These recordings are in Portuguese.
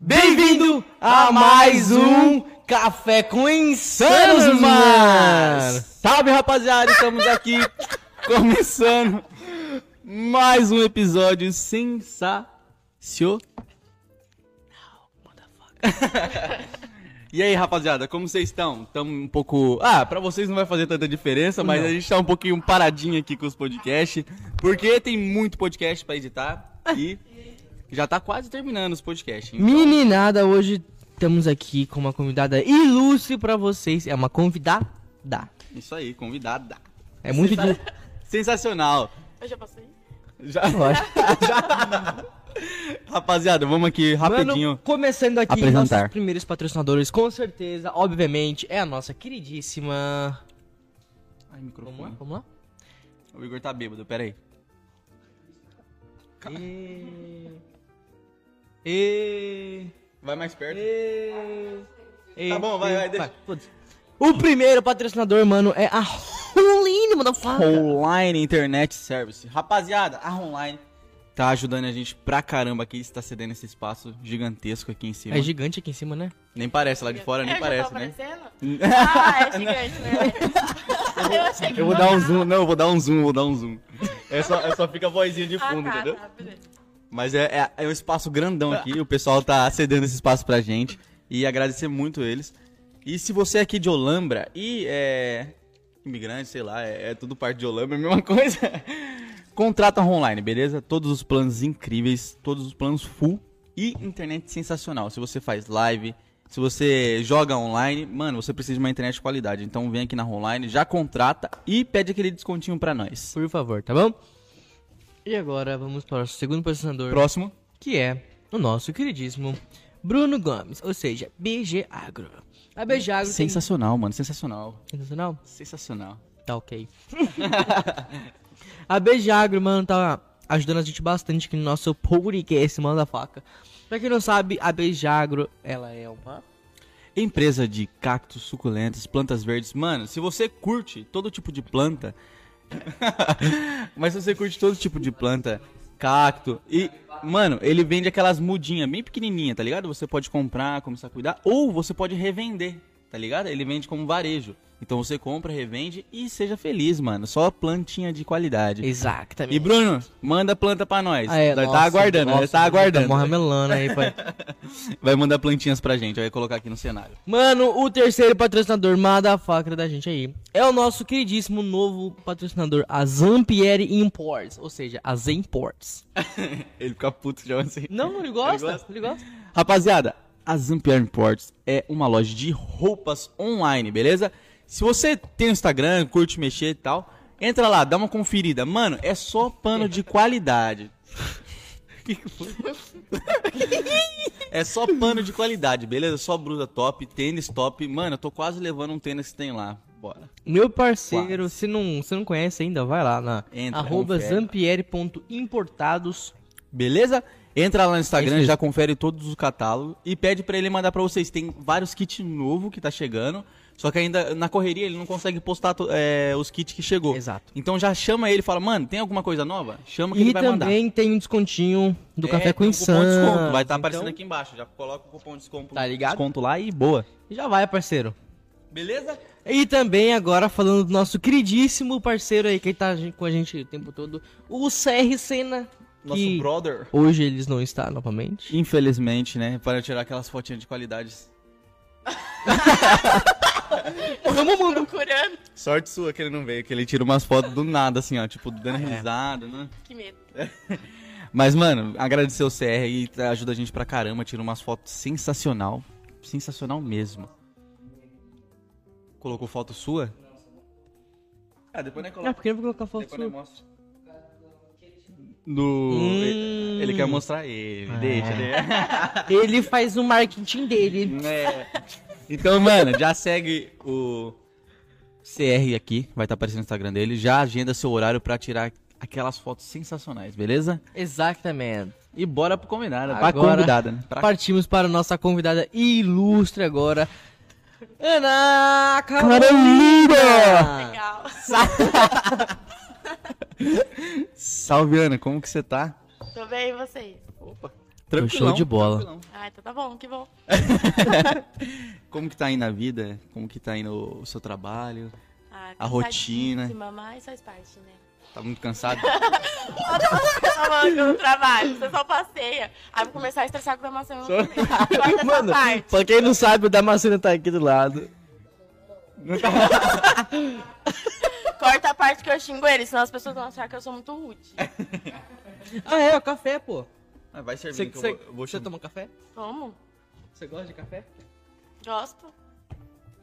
Bem-vindo a mais um Café com Insanos, Insanos, mano! mano. Salve, rapaziada! Estamos aqui começando mais um episódio sensacional. motherfucker. E aí, rapaziada, como vocês estão? Estamos um pouco. Ah, pra vocês não vai fazer tanta diferença, mas a gente tá um pouquinho paradinho aqui com os podcasts, porque tem muito podcast pra editar e já tá quase terminando os podcasts. hein? Meninada, hoje estamos aqui com uma convidada ilustre pra vocês. É uma convidada. Isso aí, convidada. É muito Você difícil. Sensacional. Eu já passei. Já, rapaziada, vamos aqui rapidinho. Mano, começando aqui, Apresentar. nossos primeiros patrocinadores, com certeza, obviamente, é a nossa queridíssima. Ai, Vamos lá? microfone. Vamos lá? O Igor tá bêbado, pera aí. E... E... Vai mais perto. E... Tá bom, vai, vai, deixa. foda-se. O primeiro patrocinador, mano, é a Rolling, motherfucker. Online Internet Service. Rapaziada, a Online tá ajudando a gente pra caramba aqui, está cedendo esse espaço gigantesco aqui em cima. É gigante aqui em cima, né? Nem parece lá de fora, nem É, já parece, tava né? aparecendo? Ah, é gigante, né? Eu achei que Eu vou dar um zoom, não, eu vou dar um zoom, vou dar um zoom. É só, é só fica a vozinha de Ah, fundo, tá, entendeu? tá, beleza. Mas é, é- é um espaço grandão aqui, o pessoal tá cedendo esse espaço pra gente e agradecer muito eles. E se você é aqui de Olambra e é imigrante, sei lá, é, é tudo parte de Olambra, é a mesma coisa, contrata a online, beleza? Todos os planos incríveis, todos os planos full e internet sensacional. Se você faz live, se você joga online, mano, você precisa de uma internet de qualidade. Então vem aqui na online, já contrata e pede aquele descontinho pra nós. Por favor, tá bom? E agora vamos para o segundo patrocinador, Próximo. que é o nosso queridíssimo Bruno Gomes, ou seja, BG Agro. A BG Agro tem- Sensacional, mano, sensacional. Sensacional? Sensacional. Tá ok. a BG Agro, mano, tá ajudando a gente bastante aqui no nosso podcast, manda faca. Pra quem não sabe, a BG Agro, ela é uma... Empresa de cactos, suculentas, plantas verdes. Mano, se você curte todo tipo de planta. Mas se você curte todo tipo de planta, cacto. E, mano, ele vende aquelas mudinhas bem pequenininha, tá ligado? Você pode comprar, começar a cuidar. Ou você pode revender, tá ligado? Ele vende como varejo. Então você compra, revende e seja feliz, mano. Só plantinha de qualidade. Exatamente. E Bruno, manda planta pra nós. Ah, é, nós nossa, tá aguardando, nós nossa, tá aguardando. Morra melana aí, pai. Vai mandar plantinhas pra gente, eu ia colocar aqui no cenário. Mano, o terceiro patrocinador motherfucker da gente aí é o nosso queridíssimo novo patrocinador, a Zampieri Imports, ou seja, a Zemports. Ele fica puto de assim. Não, não, ele gosta, Ele ele gosta? gosta. Rapaziada, a Zampier Imports é uma loja de roupas online, beleza? Se você tem o Instagram, curte mexer e tal, entra lá, dá uma conferida. Mano, é só pano de qualidade. É só pano de qualidade, beleza? Só brusa top, tênis top. Mano, eu tô quase levando um tênis que tem lá. Bora. Meu parceiro, se não, se não conhece ainda, vai lá na Entra, arroba confere. zampieri.importados. Beleza? Entra lá no É Instagram, isso já confere todos os catálogos e pede pra ele mandar pra vocês. Tem vários kits novo que tá chegando, só que ainda na correria ele não consegue postar to- é, os kits que chegou. Exato. Então já chama ele, e fala, mano, tem alguma coisa nova? Chama é que E ele vai mandar. também tem um descontinho do É, Café com tem um cupom de desconto, Insano. Vai estar aparecendo Então, aqui embaixo, já coloca o cupom de desconto, Tá ligado? desconto lá e boa. Já vai, parceiro. Beleza? E também agora falando do nosso queridíssimo parceiro aí, que tá com a gente o tempo todo, o CR Senna. Nosso que- brother. Hoje eles não estão novamente. Infelizmente, né, para tirar aquelas fotinhas de qualidades. Vamos, mano. Procurando. Sorte sua que ele não veio, que ele tira umas fotos do nada assim, ó, tipo dando É. risada, né? Que medo. Mas, mano, agradecer o CR aí, tá- ajuda a gente pra caramba, tira umas fotos sensacional. Sensacional mesmo. Colocou foto sua? Ah, depois não é Ah, por que não vou colocar foto sua? mostra. No. Hum. É. Ele, ele quer mostrar ele. Deixa ele. Ele faz o marketing dele. É. Então, mano, já segue o CR aqui, vai estar aparecendo no Instagram dele. Já agenda seu horário pra tirar aquelas fotos sensacionais, beleza? Exatamente. E bora pro convidado. Pra Agora- convidada, né? Pra Partimos para nossa convidada ilustre agora. Ana Carolina! Carolina! Ah, Legal. Salve, Ana, como que você tá? Tô bem, e vocês? Opa, Tô show de bola. tranquilão. Ah, então tá bom, que bom. Como que tá aí na vida? Como que tá aí no o seu trabalho? Ah, A rotina. cansadíssima, Mas faz parte, né? Tá muito cansado? Tá maluco no trabalho, você só passeia. Aí vou começar a estressar com a maçã. Só- Corta Mano, essa parte. pra quem não sabe, o Damasceno tá aqui do lado. Corta a parte que eu xingo ele, senão as pessoas vão achar que eu sou muito rude. Ah, é, o café, pô. Ah, vai servir Você que eu você- vou- eu vou você chamar. toma café? Como? Você gosta de café? Gosto.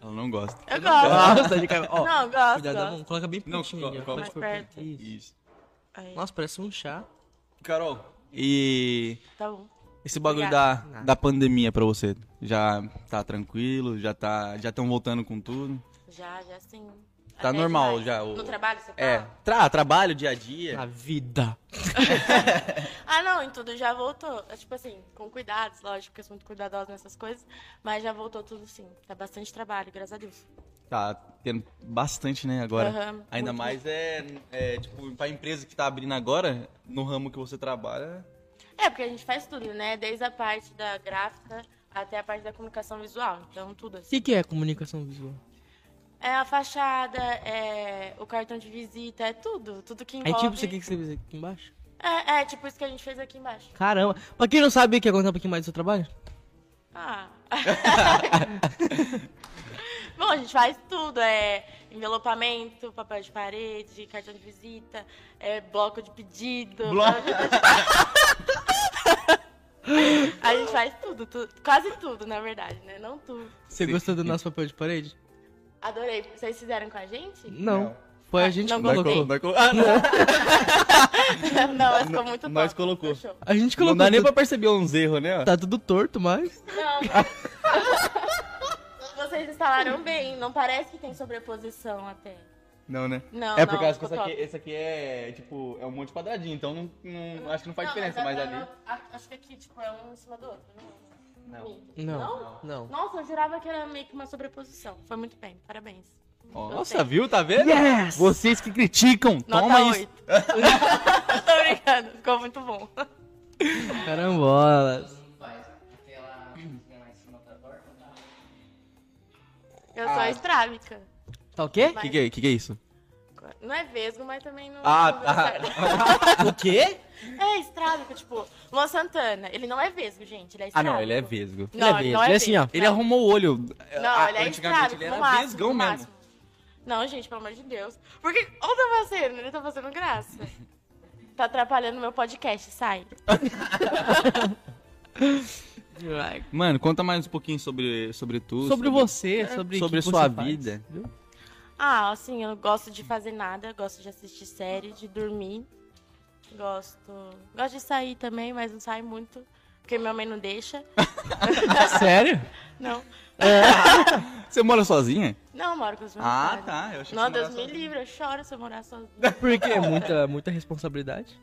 Ela não gosta. Eu gosto. Gosta tá de café. Ó, Não, gosto, cuidado, gosto. não, coloca bem Não, pertinho. colo- ó, coloca pode mais pôr perto. pertinho. Isso. Isso. Aí, Nossa, parece um chá. Carol, e tá bom. esse bagulho da, Obrigada. da pandemia pra você? Já tá tranquilo? Já tá já estão voltando com tudo? Já, já sim. Tá Até normal demais. já, o- No trabalho você tá? É, tra trabalho, dia a dia. Na vida. Ah, não, em tudo já voltou. É, Tipo assim, com cuidados, lógico, porque eu sou muito cuidadosa nessas coisas. Mas já voltou tudo sim. Tá bastante trabalho, graças a Deus. Tá tendo bastante, né, agora. Aham, Ainda muito. mais é, é, tipo, pra empresa que tá abrindo agora, no ramo que você trabalha. É, porque a gente faz tudo, né? Desde a parte da gráfica até a parte da comunicação visual. Então, tudo O assim. que, que é comunicação visual? É a fachada, é o cartão de visita, é tudo. Tudo que É envolve. tipo isso aqui que você vê aqui embaixo? É, é, tipo isso que a gente fez aqui embaixo. Caramba. Pra quem não sabe, quer contar um pouquinho mais do seu trabalho? Ah. Bom, a gente faz tudo, é envelopamento, papel de parede, cartão de visita, é bloco de pedido. Bloco. a gente faz tudo, tu- quase tudo, na verdade, né? Não tudo. Você Sim. gostou do nosso papel de parede? Adorei. Vocês fizeram com a Hum. gente? Não. Não. Foi a Ah, gente não que Nós colocou. colo- nós colo- Ah, não. Não, mas ficou muito Nós top, colocou. ficou show. A gente não colocou. dá nem tudo- pra perceber uns erros, né? ó. Tá tudo torto, mas. Não. Vocês instalaram bem, não parece que tem sobreposição até. Não, né? Não, é por não, causa que ficou esse aqui, top. esse aqui é, tipo, é um monte de quadradinho, então não, não- acho que não faz diferença, dá mas é pra ali... no- a- Acho que aqui, tipo, é um em cima do outro. Não. é? Meio. Não. Não. Nossa, eu jurava que era meio que uma sobreposição. Foi muito bem, parabéns. Ó, Gostei. Nossa, viu? Tá vendo? Yes! Vocês que criticam, Nota toma isso. 8. Tô brincando, ficou muito bom. Carambolas. Eu sou Ah. estrábica. Tá o quê? O que, que, é- que que é isso? Não é vesgo, mas também não. Ah, não tá. deu certo. O quê? É estrábica, tipo, Luan Santana. Ele não é vesgo, gente, ele é Ah, estrábico. não, ele é vesgo. Não, Ele é vesgo, ele é assim, ó. Ele arrumou o olho. Não, Ah, ele é Antigamente estrábico, ele no era máximo, vesgão no mesmo. máximo. Não, gente, pelo amor de Deus. Porque olha o Damasceno, ele tá fazendo graça. Tá atrapalhando meu podcast, sai. Mano, conta mais um pouquinho sobre, sobre tu. Sobre você, sobre o sobre que sua você faz. vida. Ah, assim, eu não gosto de fazer nada, gosto de assistir série, de dormir. Gosto. Gosto de sair também, mas não saio muito, porque minha mãe não deixa. Ah, Sério? Não. Você mora sozinha? Não, eu moro com os meus Ah, pais. tá. Eu achei é. que Não, você morava Deus me sozinha. livre, eu choro se eu morar sozinha. Porque é muita, muita responsabilidade.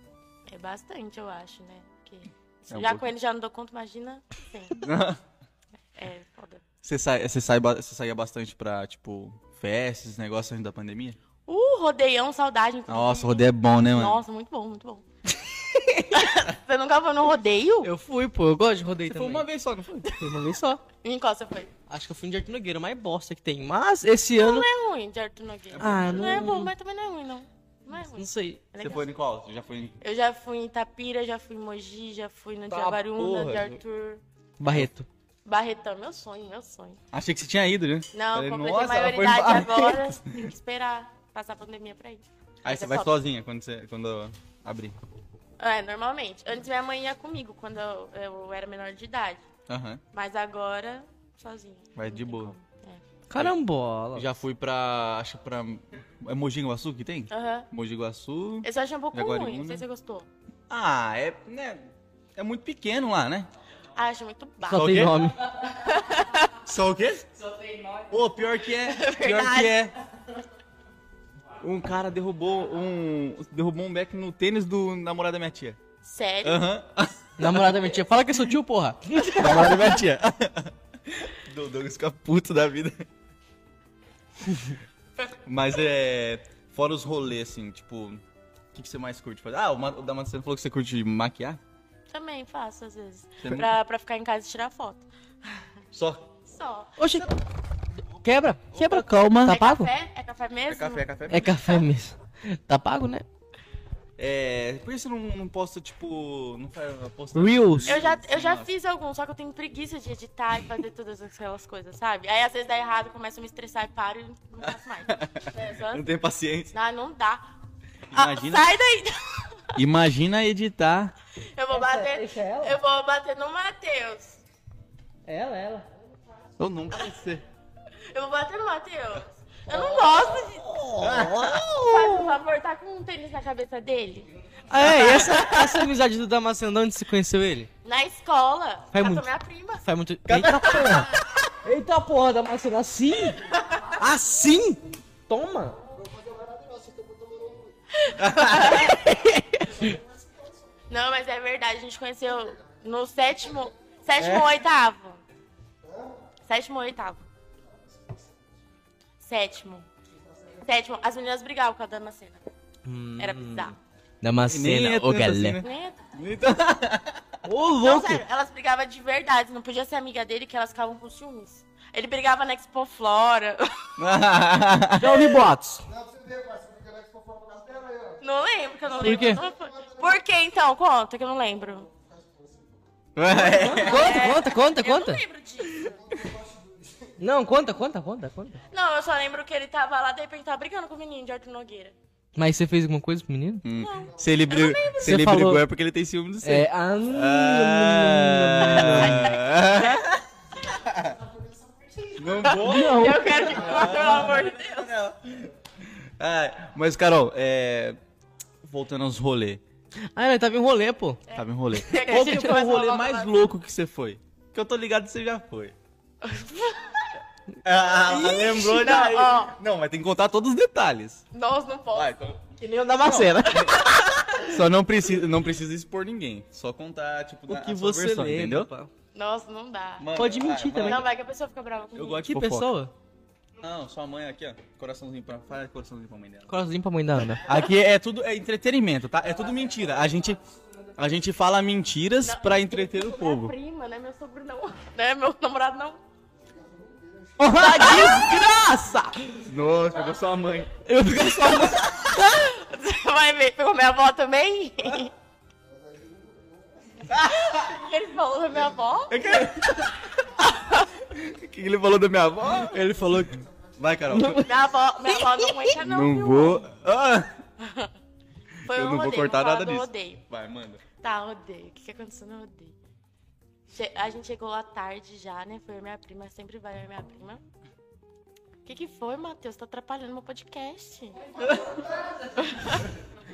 É bastante, eu acho, né? Porque É um já pouco. com ele já não dou conta, imagina. Sim. é, foda. Você, sai, você, sai, ba- você saía bastante pra, tipo, festas, negócios antes da pandemia? Uh, rodeião, saudade. inclusive. Nossa, o rodeio é bom, né, mano? Nossa, muito bom, muito bom. você nunca foi num rodeio? Eu fui, pô. Eu gosto de rodeio Você foi também. uma vez só, não É foi? Fui uma vez só. Em qual você foi? Acho que eu fui no Jardim Nogueira, mais bosta que tem. Mas esse ano... Não é ruim de Arthur Nogueira. Ah, não... não- é bom, mas também não é ruim, não. Não é ruim. Não sei. É Você legal. foi em qual? Você já foi em... Eu já fui em Itapira, já fui em Mogi, já fui no Tá, Jaguariúna, porra, de gente. Arthur. Barreto. Barretão, meu sonho, meu sonho. Achei que você tinha ido, né? Não, Falei, completei a "Nossa, ela foi em maioridade Barreto." agora, tem que esperar passar a pandemia pra ir. Aí Mas você é vai top. sozinha quando, você, quando abrir. É, normalmente. Antes minha mãe ia comigo, quando eu, eu era menor de idade. Aham. Mas agora, sozinha. Vai Não de tem boa. como. É. Carambola. Já fui pra. Acho que pra. É Mogi Guaçu que tem? Aham. Mogi Guaçu. Ah. Eu só achei um pouco ruim, não Jaguariúna. sei se você gostou. Ah, é. Né, é muito pequeno lá, né? Ah, acho muito Só baixo. o quê? tem nome. Só o quê? Só tem nós. Ô, pior que é. pior que é. Um cara derrubou um. Derrubou um beck no tênis do namorado da minha tia. Sério? Aham. Namorada da minha tia. Fala que é seu tio, porra. namorado da minha tia. O Douglas fica puto da vida. Mas é. Fora os rolês, assim, tipo, o que, que você mais curte fazer? Ah, o Ma- o Damasceno falou que você curte maquiar? Também faço, às vezes. Você não- Pra, pra ficar em casa e tirar foto. Só. Só. Oxi. Quebra, quebra, calma. Tá é pago? café? É café mesmo? É café, é café. É café mesmo. Tá pago, né? É, por isso não, não posta, tipo. Não faz posta. Reels. Eu já, eu já Nossa. fiz algum, só que eu tenho preguiça de editar e fazer todas aquelas coisas, sabe? Aí às vezes dá errado, começa a me estressar e paro e não faço mais. É, só Não assim. tem paciência. Não, não dá. Ah, Imagina, sai daí! imagina editar. Eu vou bater. deixa é ela? Eu vou bater no Matheus. Ela, ela. Eu nunca vai ser. Eu vou bater no Matheus. Eu não gosto de. Faz um favor, tá com um tênis na cabeça dele? Ah, é, e essa, essa amizade do Damasceno, de onde se conheceu ele? Na escola. Faz eu muito. sou minha prima. Faz muito. Eita porra! Eita porra, Damasceno, assim? Assim? Toma! Não, mas é verdade, a gente conheceu no sétimo. Sétimo É? ou oitavo? Sétimo ou oitavo? Sétimo. Sétimo. As meninas brigavam com a dama cena. Hum. Era bizarro. Damasceno, ô galera. é Né? né? Então- Ô, Não, louco! sério, elas brigavam de verdade. Não podia ser amiga dele, que elas ficavam com ciúmes. Ele brigava na Expo Flora. Já ouvi boatos. Não lembro, que eu não Por lembro. quê? Por quê, então? Conta, que eu não lembro. Conta, conta, conta, Eu conta. não lembro disso. Não, conta, conta, conta, conta. Não, eu só lembro que ele tava lá, de repente tava brigando com o menino de Arthur Nogueira. Mas você fez alguma coisa pro menino? Hum, Se ele, bri... Você Se ele falou- brigou é porque ele tem ciúme do seu. É. Ah, Ah. Não vou. não. Eu quero que corte, pelo amor de Deus. Ah, mas, Carol, é... voltando aos rolê. Ah, ele tava em rolê, pô. Tava em rolê. É que Qual a que gente foi o começa a rolê falar mais mais- louco que você foi? Que eu tô ligado que você já foi. Ah, ela lembrou já. não, ó. Não, mas tem que contar todos os detalhes. Nós não Vai, podemos. então- Que nem o Damasceno. Só não precisa, não precisa expor ninguém. Só contar, tipo, O na- que a sua você versão, lembra, entendeu? pá. Nossa, não dá. Mano, Pode vai, mentir vai. também. Não, vai que a pessoa fica brava comigo. Eu gosto de Que fofoca. pessoa? Não, sua mãe aqui, ó. Coraçãozinho pra... Faz coraçãozinho pra mãe dela. Corazinho pra mãe da Ana. Aqui é tudo é entretenimento, tá? É tudo mentira. A gente, a gente fala mentiras pra entreter o Minha povo. prima, né? Meu sogro não. Né? Meu namorado não. Da desgraça! Nossa, pegou sua mãe. Eu fico só... Vai ver, pegou minha avó também? Ele falou da minha avó? O que ele falou da minha avó? Ele falou que... Vai, Carol. Minha avó, minha avó não aguenta não, viu? vou... Ah! Foi eu um não vou rodeio, cortar falar nada do disso. rodeio. Vai, manda. Tá, odeio. O que, que aconteceu no odeio? Che- A gente chegou lá tarde já, né? Foi eu e minha prima, sempre vai eu e minha prima. O que, que foi, Matheus? Tá atrapalhando meu podcast.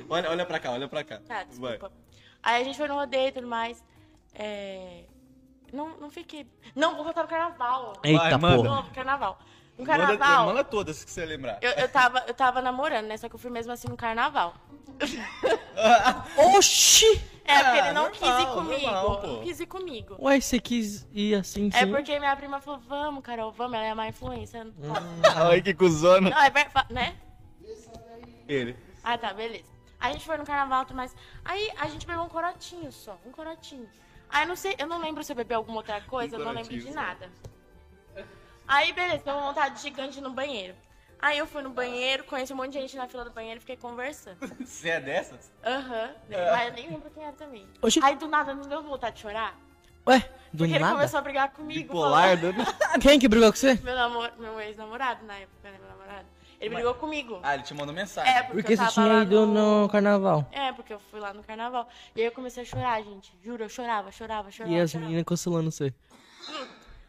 Olha, olha pra cá, olha pra cá. Tá, Vai. desculpa. Aí a gente foi no rodeio e tudo mais. É... Não, não fiquei. Não, vou contar no carnaval. Eita manda. porra. Não, carnaval. No Manda, Um carnaval, manda todas que você lembrar. eu, eu, tava, eu tava namorando, né? Só que eu fui mesmo assim no carnaval. Oxi! É, porque Ah, ele não quis ir normal, comigo. normal, pô. não quis ir comigo. Ué, você quis ir assim, sim? É porque minha prima falou, vamos, Carol, vamos, ela é má influência. Não, pode. Olha que cuzona. Não, é ver- fa- né? Ele. Ah, tá, beleza. A gente foi no carnaval, tudo mais. Aí a gente pegou um corotinho só, um corotinho. Aí eu não sei, eu não lembro se eu bebi alguma outra coisa, Um eu não lembro de corotinho só. nada. Aí, beleza, deu uma vontade gigante no banheiro. Aí eu fui no banheiro, conheci um monte de gente na fila do banheiro e fiquei conversando. Você é dessas? Aham, né? É. mas eu nem lembro quem era também. Oxi. Aí do nada não deu vontade de chorar. Ué, do Porque ele nada? começou a brigar comigo. Bipolar, né? falando- dando... Quem que brigou com você? Meu, namor... meu ex-namorado na época, né? Meu namorado. Ele brigou comigo. Ah, ele te mandou mensagem. É, porque, Porque eu você tava tinha lá ido no... no carnaval. É, porque eu fui lá no carnaval. E aí eu comecei a chorar, gente. Juro, eu chorava, chorava, chorava. E as chorava. meninas consolando você.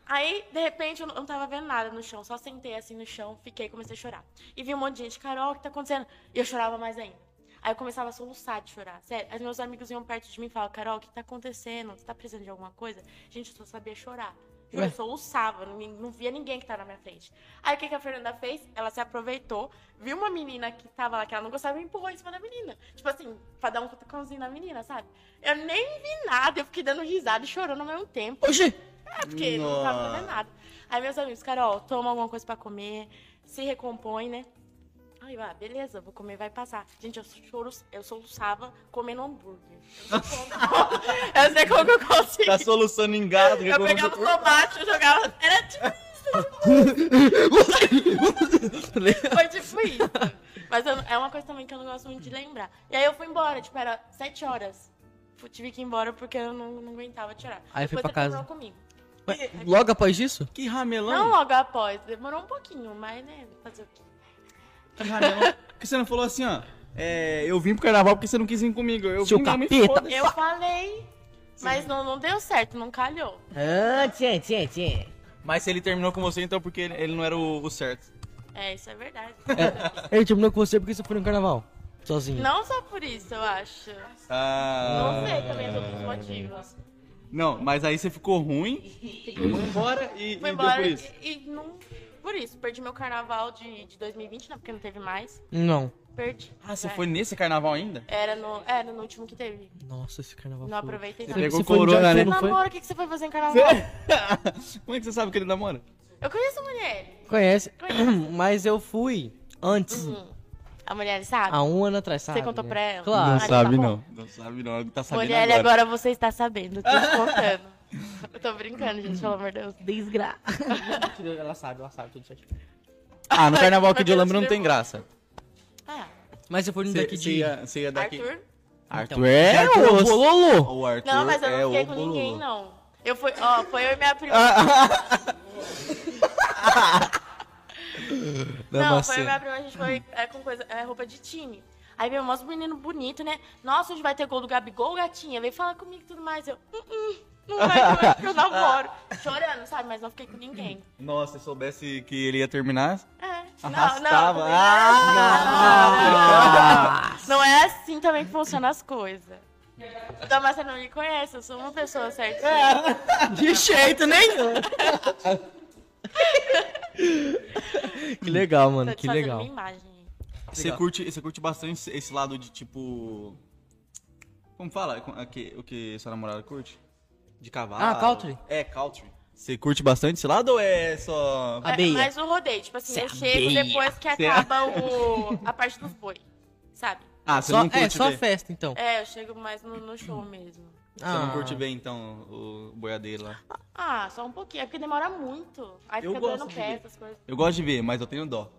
Aí, de repente, eu não eu não tava vendo nada no chão. Só sentei assim no chão, fiquei e comecei a chorar. E vi um monte de gente, Carol, o que tá acontecendo? E eu chorava mais ainda. Aí eu começava a soluçar de chorar. Sério, aí meus amigos iam perto de mim e falavam, Carol, o que tá acontecendo? Você tá precisando de alguma coisa? Gente, eu só sabia chorar. Juro, Ué. eu soluçava, não, não via ninguém que tava na minha frente. Aí o que, que a Fernanda fez? Ela se aproveitou, viu uma menina que tava lá que ela não gostava e empurrou em cima da menina. Tipo assim, pra dar um cutucãozinho na menina, sabe? Eu nem vi nada, eu fiquei dando risada e chorando ao mesmo tempo. Oxi! É, porque não tava fazendo nada. Aí meus amigos, Carol, toma alguma coisa pra comer, se recompõe, né? Ah, Aí eu, ah, beleza, vou comer, vai passar. Gente, eu, choro, eu soluçava comendo hambúrguer. Eu, sei como- eu sei como que eu consegui. Tá soluçando em gato. que eu Tá pegava o aconteceu? tomate, eu jogava. Era tipo, foi tipo isso. Mas eu- é uma coisa também que eu não gosto muito de lembrar. E aí eu fui embora, tipo, era sete horas. Fui- Tive que ir embora porque eu não, não aguentava de chorar. Aí foi Depois pra ele casa. terminou comigo. Ué, Logo após isso? Que ramelão. Não logo após, demorou um pouquinho, mas né, fazer o quê? Que ramelão. Porque você não falou assim, ó. É, eu vim pro carnaval porque você não quis vir comigo. Eu Seu vim mesmo e capeta. foda-se. Eu falei, mas não, não deu certo, não calhou. Ah, tchê, tchê, tchê. Mas se ele terminou com você, então porque ele, ele não era o, o certo. É, isso é verdade. É, ele terminou com você porque você foi no carnaval. Sozinho. Não só por isso, eu acho. Ah, Não sei também os outros motivos. não, mas aí você ficou ruim, foi embora e, Fui e deu embora por isso. e, e não. Por isso, perdi meu carnaval de, de 2020, né? Porque não teve mais. Não. Perdi. Ah, você É. foi nesse carnaval ainda? Era no, era no último que teve. Nossa, esse carnaval Não aproveitei Você nada. pegou foi no corona, Jardim, né? não foi? Namora, o que, que você foi fazer em carnaval? Como é que você sabe que ele namora? Eu conheço a mulher. Conhece, mas eu fui antes, A mulher sabe? há um ano atrás, sabe? Uhum. contou né? pra ela? Claro. Não Ah, sabe, tá bom. não. Não sabe não, ele tá sabendo mulher, agora. agora você está sabendo. Tô te contando. Eu tô brincando, gente, pelo amor de Deus. Desgraça. ela sabe, ela sabe tudo certinho. Ah, no carnaval aqui Mas de ele Olambra não se tem levou. graça. Ah, Mas você foi no daqui Você de... ia, você ia daqui... Arthur? Arthur é o... Bololô. O Arthur Não, mas eu não é fiquei o com bololô. ninguém, não. Eu fui, ó, foi eu e minha prima. não, foi eu e minha prima, a gente foi é, com coisa, é, roupa de time. Aí veio um monte de menino bonito, né? Nossa, hoje vai ter gol do Gabigol, gatinha? Veio falar comigo e tudo mais. Eu, "Hum, hum, não vai, não vai, porque eu namoro. Chorando, sabe? Mas não fiquei com ninguém. Nossa, se soubesse que ele ia terminar... É, não, Arrastava. não. Ah, não, não, não. Não é assim também que funcionam as coisas. Então, mas você não me conhece, eu sou uma pessoa certinha. De jeito nenhum. que legal, mano, Tô que desfazendo legal. minha imagem. Você Legal. curte, você curte bastante esse lado de tipo. Como fala? Com- a que- O que sua namorada curte? De cavalo? Ah, country. É, country. Você curte bastante esse lado ou é só. A beia. É, mas o rodeio, tipo assim, Cê eu chego abeia. depois que Cê- acaba o, a parte dos boi, sabe? Ah, você Só- não curte é, só ver. É, festa, então. Ah, É, eu chego mais no, no show mesmo. Você não curte ver então o boiadeiro lá. Ah, só um pouquinho, é porque demora muito. Aí Eu fica doendo gosto o de pé, ver. essas coisas. Eu gosto de ver, mas eu tenho dó.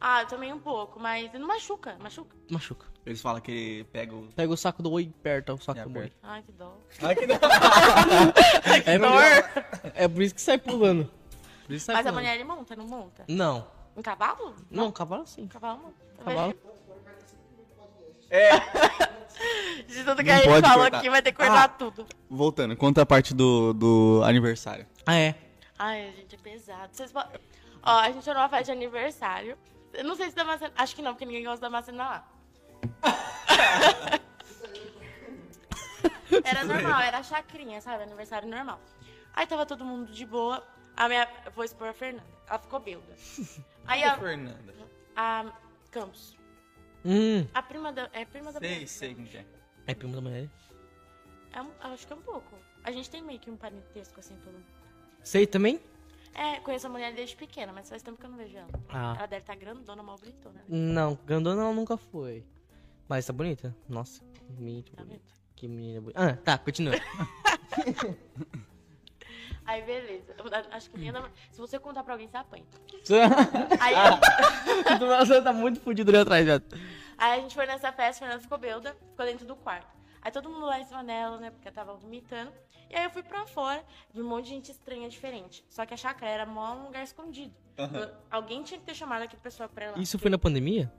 Ah, eu também um pouco, mas não machuca, machuca. Machuca. Eles falam que pega o. Pega o saco do boi e aperta o saco E do boi. aperta. Ai, que dó. Ai, que dó. É por, é por isso que sai pulando. Por isso que sai mas a pulando. mulher ele monta, não monta? Não. Um cavalo? Não, cavalo sim. Um cavalo monta. Cavalo. De tudo que É. Não a gente pode falou cortar. Ah. aqui, vai ter que cortar tudo. Voltando, conta a parte do, do aniversário. Ah, é. Ai, gente, é pesado. Vocês po- Ó, a gente foi numa festa de aniversário. Eu não sei se Damasceno... Acho que não, porque ninguém gosta da Damasceno lá. era normal, era chacrinha, sabe? Aniversário normal. Aí tava todo mundo de boa. A minha... Eu vou expor a Fernanda. Ela ficou bêbada. Aí Ô, a... Fernanda. a Campos. Hum. A prima da... É prima da... Sei, Bianca. sei como que é. É primo da mulher. É um- Acho que é um pouco. A gente tem meio que um parentesco, assim, todo mundo. Sei também? É, conheço a mulher desde pequena, mas faz tempo que eu não vejo ela. Ah. Ela deve estar grandona, mal né? bonitona. Não, Gandona ela nunca foi. Mas tá bonita? Nossa, muito Tá bonita. Que menina bonita. Ah, tá, continua. Aí, beleza. Eu- a- Acho que minha namorada. Se você contar pra alguém, você apanha. Nossa, Aí, ela tá muito fodido ali atrás, viado. aí a gente foi nessa festa, a Fernanda ficou bêbada, ficou dentro do quarto. Aí todo mundo lá em cima dela, né? Porque ela tava vomitando. E aí eu fui pra fora, vi um monte de gente estranha, diferente. Só que a chácara era mó um lugar escondido. Eu- Alguém tinha que ter chamado aquele pessoal pra ela. Isso foi na pandemia?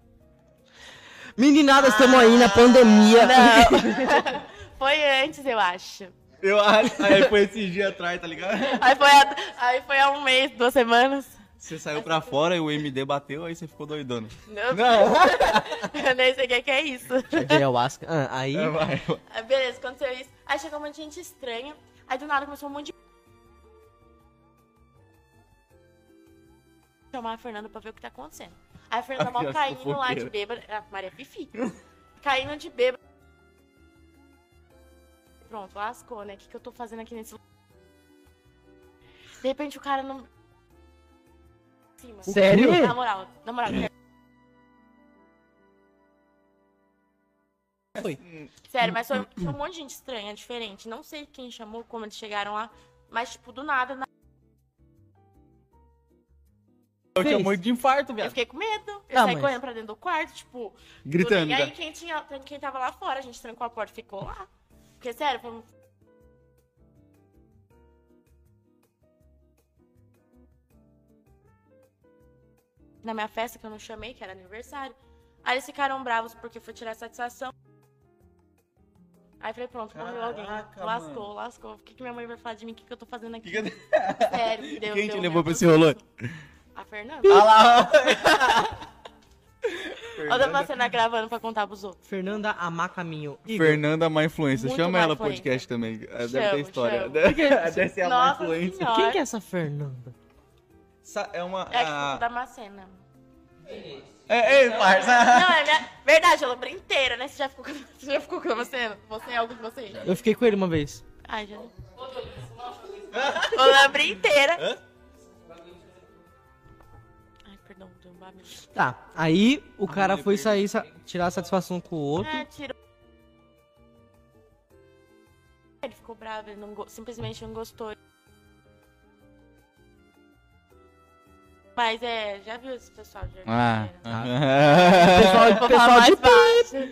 Meninadas, tamo aí na pandemia. Foi antes, eu acho. Eu acho. Aí foi esses dias atrás, tá ligado? Aí foi, há- aí foi há um mês, duas semanas. Você saiu pra fora e o MD bateu, aí você ficou doidona. Eu, Não! eu nem sei o que que é isso. Ayahuasca. Ah, É aí. Aí, beleza, aconteceu isso. Aí chegou um monte de gente estranha. Aí do nada começou um monte de. Chamar a Fernanda pra ver o que tá acontecendo. Aí a Fernanda Ai, mal a caindo lá de fofoqueira. bêbada. A Maria Fifi. caindo de bêbada. Pronto, lascou, né? O que, que eu tô fazendo aqui nesse. lu- De repente o cara não. Cima. Sério? Na moral, na moral. Foi. Sério, mas foi, foi um monte de gente estranha, diferente. Não sei quem chamou, como eles chegaram lá, mas, tipo, do nada, na- Eu tinha Fez. muito de infarto, eu velho. fiquei com medo. Eu Ah, saí mas- correndo pra dentro do quarto, tipo. Gritando. né? E aí, quem, tinha, quem tava lá fora, a gente trancou a porta e ficou lá. Porque, sério, foi um- Na minha festa, que eu não chamei, que era aniversário. Aí eles ficaram bravos porque foi tirar satisfação. Aí falei, pronto, morreu alguém. Caraca, Lascou, mano. lascou. O que, que minha mãe vai falar de mim? O que, que eu tô fazendo aqui? Fica- Sério, deu, um Quem te deu levou mesmo pra esse rolê? susto. A Fernanda. Ah lá. Olha pra você na gravando pra contar pros outros. Fernanda amar caminho. Igor, Fernanda, má influência. Muito Chama má ela influência. podcast também. Ela Deve Chamo, ter história. chamo. Deve ser é a má Nossa influência. senhora. Quem que é essa Fernanda? Sa- É uma. É a que ah, ficou da Macena. É, é, parça. Não, é minha... Verdade, eu lembro inteira, né? Você já ficou com, você já ficou com a Macena? Você é algo de vocês? Eu fiquei com ele uma vez. Ai, já. Eu lembro inteira. Hã? Ai, perdão, deu um barulho. Tá, aí o cara mulher foi perdeu. sair, sa- tirar a satisfação com o outro. É, tirou. Ele ficou bravo, ele não go- simplesmente não gostou. Mas é, já viu esse pessoal de Ah. Argentina? Pessoal, É, Vou pessoal falar de mais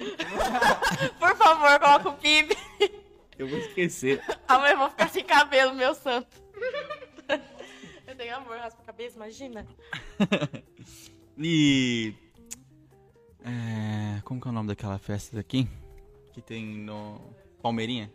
baixo. Por favor, coloca o PIB. Eu vou esquecer. Amanhã eu vou ficar sem cabelo, meu santo. Eu tenho amor, raspa a cabeça, imagina. E. é, como que é o nome daquela festa daqui? Que tem no. Palmeirinha?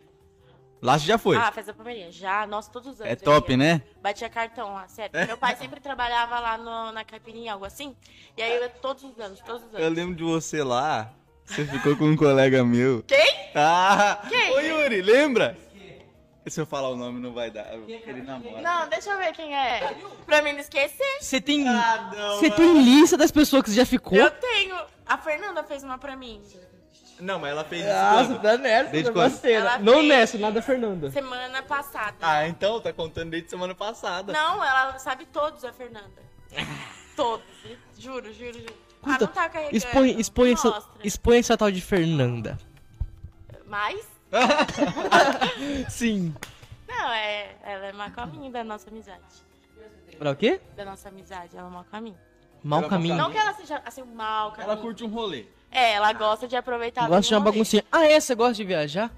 Lá você já foi. Ah, festa palmeirinha. Já, nossa, todos os anos. é eu top, ia. né? Batia cartão lá, sério. Meu pai sempre trabalhava lá no- na caipirinha, algo assim. E aí eu ia todos os anos, todos os Eu anos. lembro de você lá. Você ficou com um colega meu. Quem? Ah! Quem? Ô Yuri, lembra? Se eu falar o nome não vai dar. Ele namora. Não, deixa eu ver quem é. Pra mim não esquecer. Você tem. Ah, não, Você tem lista das pessoas que você já ficou? Eu tenho. A Fernanda fez uma pra mim. Não, mas ela fez Ah, isso. você quando? tá nessa, Desde né, quando? parceira. Ela Não fez. nessa, nada é Fernanda. Semana passada. Ah, então, tá contando desde semana passada. Não, ela sabe todos, a Fernanda. Todos. Juro, juro, juro. ah, Conta- não tá carregando. Expõe, expõe, essa, Mostra. expõe essa tal de Fernanda. Mas, Sim. não, é, ela é má caminho da nossa amizade. Pra o quê? Da nossa amizade, ela é mau caminho. Mau Ela caminho. Não que ela seja, assim, um mau caminho. Ela curte um rolê. É, ela gosta de aproveitar. Gosto de do uma rolê. baguncinha. Ah, é? Você gosta de viajar?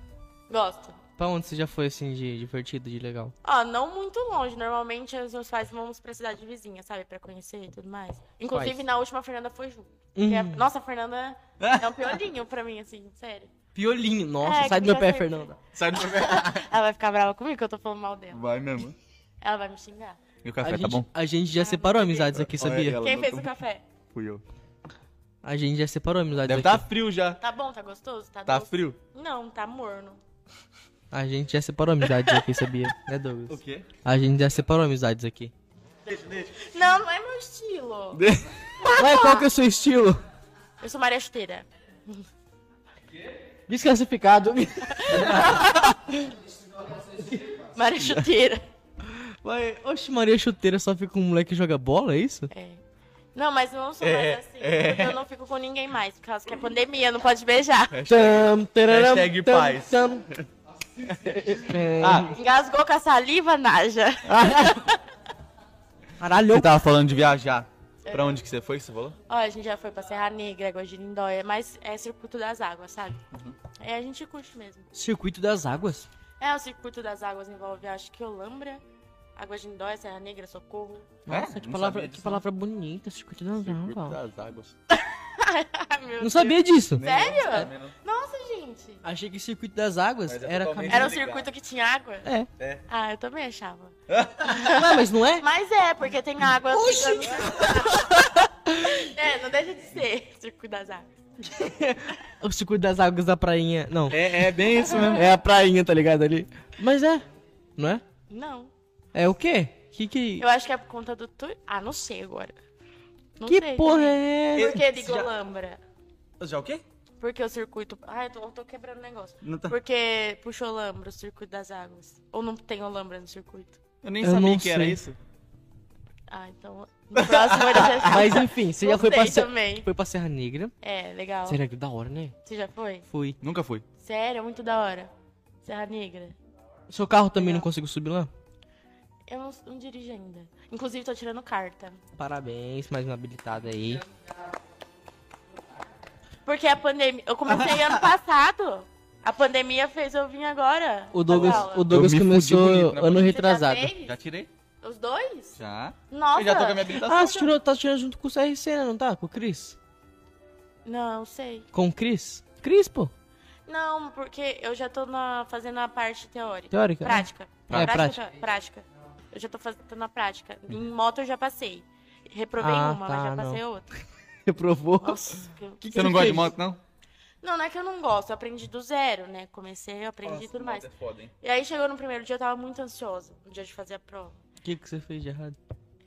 Gosto. Pra onde você já foi assim de divertido, de legal? Ó, não muito longe. Normalmente, os meus pais vamos pra cidade vizinha, sabe? Pra conhecer e tudo mais. Inclusive, Quais? na última, a Fernanda foi junto. Hum. Porque a- Nossa, a Fernanda é um piolinho pra mim, assim, sério. Piolinho, nossa, É, sai do que meu pé, já sei. Fernanda. Sai do Ela vai ficar brava comigo que eu tô falando mal dela. Vai mesmo. Ela vai me xingar. E o A café tá gente, bom? a gente já separou amizades aqui, Olha sabia? ela, Quem não fez tô- o café? Fui eu. A gente já separou amizades Deve aqui. tá frio já. Tá bom, tá gostoso? Tá, Tá doce? frio. Não, tá morno. A gente já separou amizades aqui, sabia? Né, Douglas? quê? A gente já separou amizades aqui. Não, não é meu estilo. Ué, qual que é o seu estilo? Eu sou Maria Chuteira. Desclassificado. Maria Chuteira. Vai, oxe, Maria Chuteira só fica um moleque que joga bola, é isso? É. Não, mas eu não sou É, mais assim. é. É. porque Eu não fico com ninguém mais, por causa que é pandemia, não pode beijar. Tam, tararam, Hashtag tam, paz. tam. Ah, Engasgou com a saliva, Naja. Caralho. você Tá. tava falando de viajar. Pra onde que você foi que você falou? Ó, a gente já foi pra Serra Negra, Guajirindóia, mas é circuito das águas, sabe? Uhum. É, a gente curte mesmo. Circuito das águas. É, o circuito das águas envolve, acho que Olambra, Guajirindóia, Serra Negra, Socorro. Nossa, É? que, Não palavra, sabia que disso, palavra bonita, circuito das Circuito águas. das águas. Ai, meu Não Deus. sabia disso. Né? Sério? Nossa, gente. Achei que circuito das águas Mas é era totalmente- caminho- Era um Legal. circuito que tinha água? É. É. Ah, eu também achava. Ué, mas não é? Mas é, porque tem água. ficando- é, não deixa de ser circuito das águas. O circuito das águas da prainha. Não. É, é bem isso mesmo. É a prainha, tá ligado ali? Mas é. Não é? Não. É o quê? Que que. Eu acho que é por conta do. Tu... Ah, não sei agora. Não que sei porra também. é Eu- essa? Por que de Já- Olambra? Já o quê? Porque o circuito. Ai, eu tô, eu tô quebrando o negócio. Não tá- Porque puxou Olambra, o circuito das águas. Ou não tem Olambra no circuito. Eu nem Eu sabia não que era sei. isso. Ah, então. No próximo eu já Mas enfim, você já foi pra, Gostei Ser- também. foi pra Serra Negra. É, legal. Serra Negra da hora, né? Você já foi? Fui. Nunca fui. Sério, é muito da hora. Serra Negra. Seu carro também Legal. não conseguiu subir lá? Eu não, não dirijo ainda. Inclusive, tô tirando carta. Parabéns, mais uma habilitada aí. Porque a pandemia. Eu comecei ano passado. A pandemia fez eu vir agora. O Douglas, fazer aula. o Douglas Eu me começou fudi bonito, né, ano mano? Você já retrasado. fez? Já tirei? Os dois? Já. Nossa. Eu já tô com a minha habilitação. Ah, você tirou, tá tirando junto com o CRC, né, não tá? Com o Cris? Não, sei. Com o Cris? Cris, pô. Não, porque eu já tô na- fazendo a parte teórica. Teórica. Prática. Ah, é prática. Prática. Eu já tô fazendo na prática. Em moto eu já passei. Reprovei Ah, uma, tá, mas já não. passei outra. Reprovou. Nossa, que eu- Você não gosta de moto, não? Não, não é que eu não gosto, eu aprendi do zero, né? Comecei, eu aprendi e tudo mais. E aí chegou no primeiro dia, eu tava muito ansiosa, no dia de fazer a prova. O que, que você fez de errado?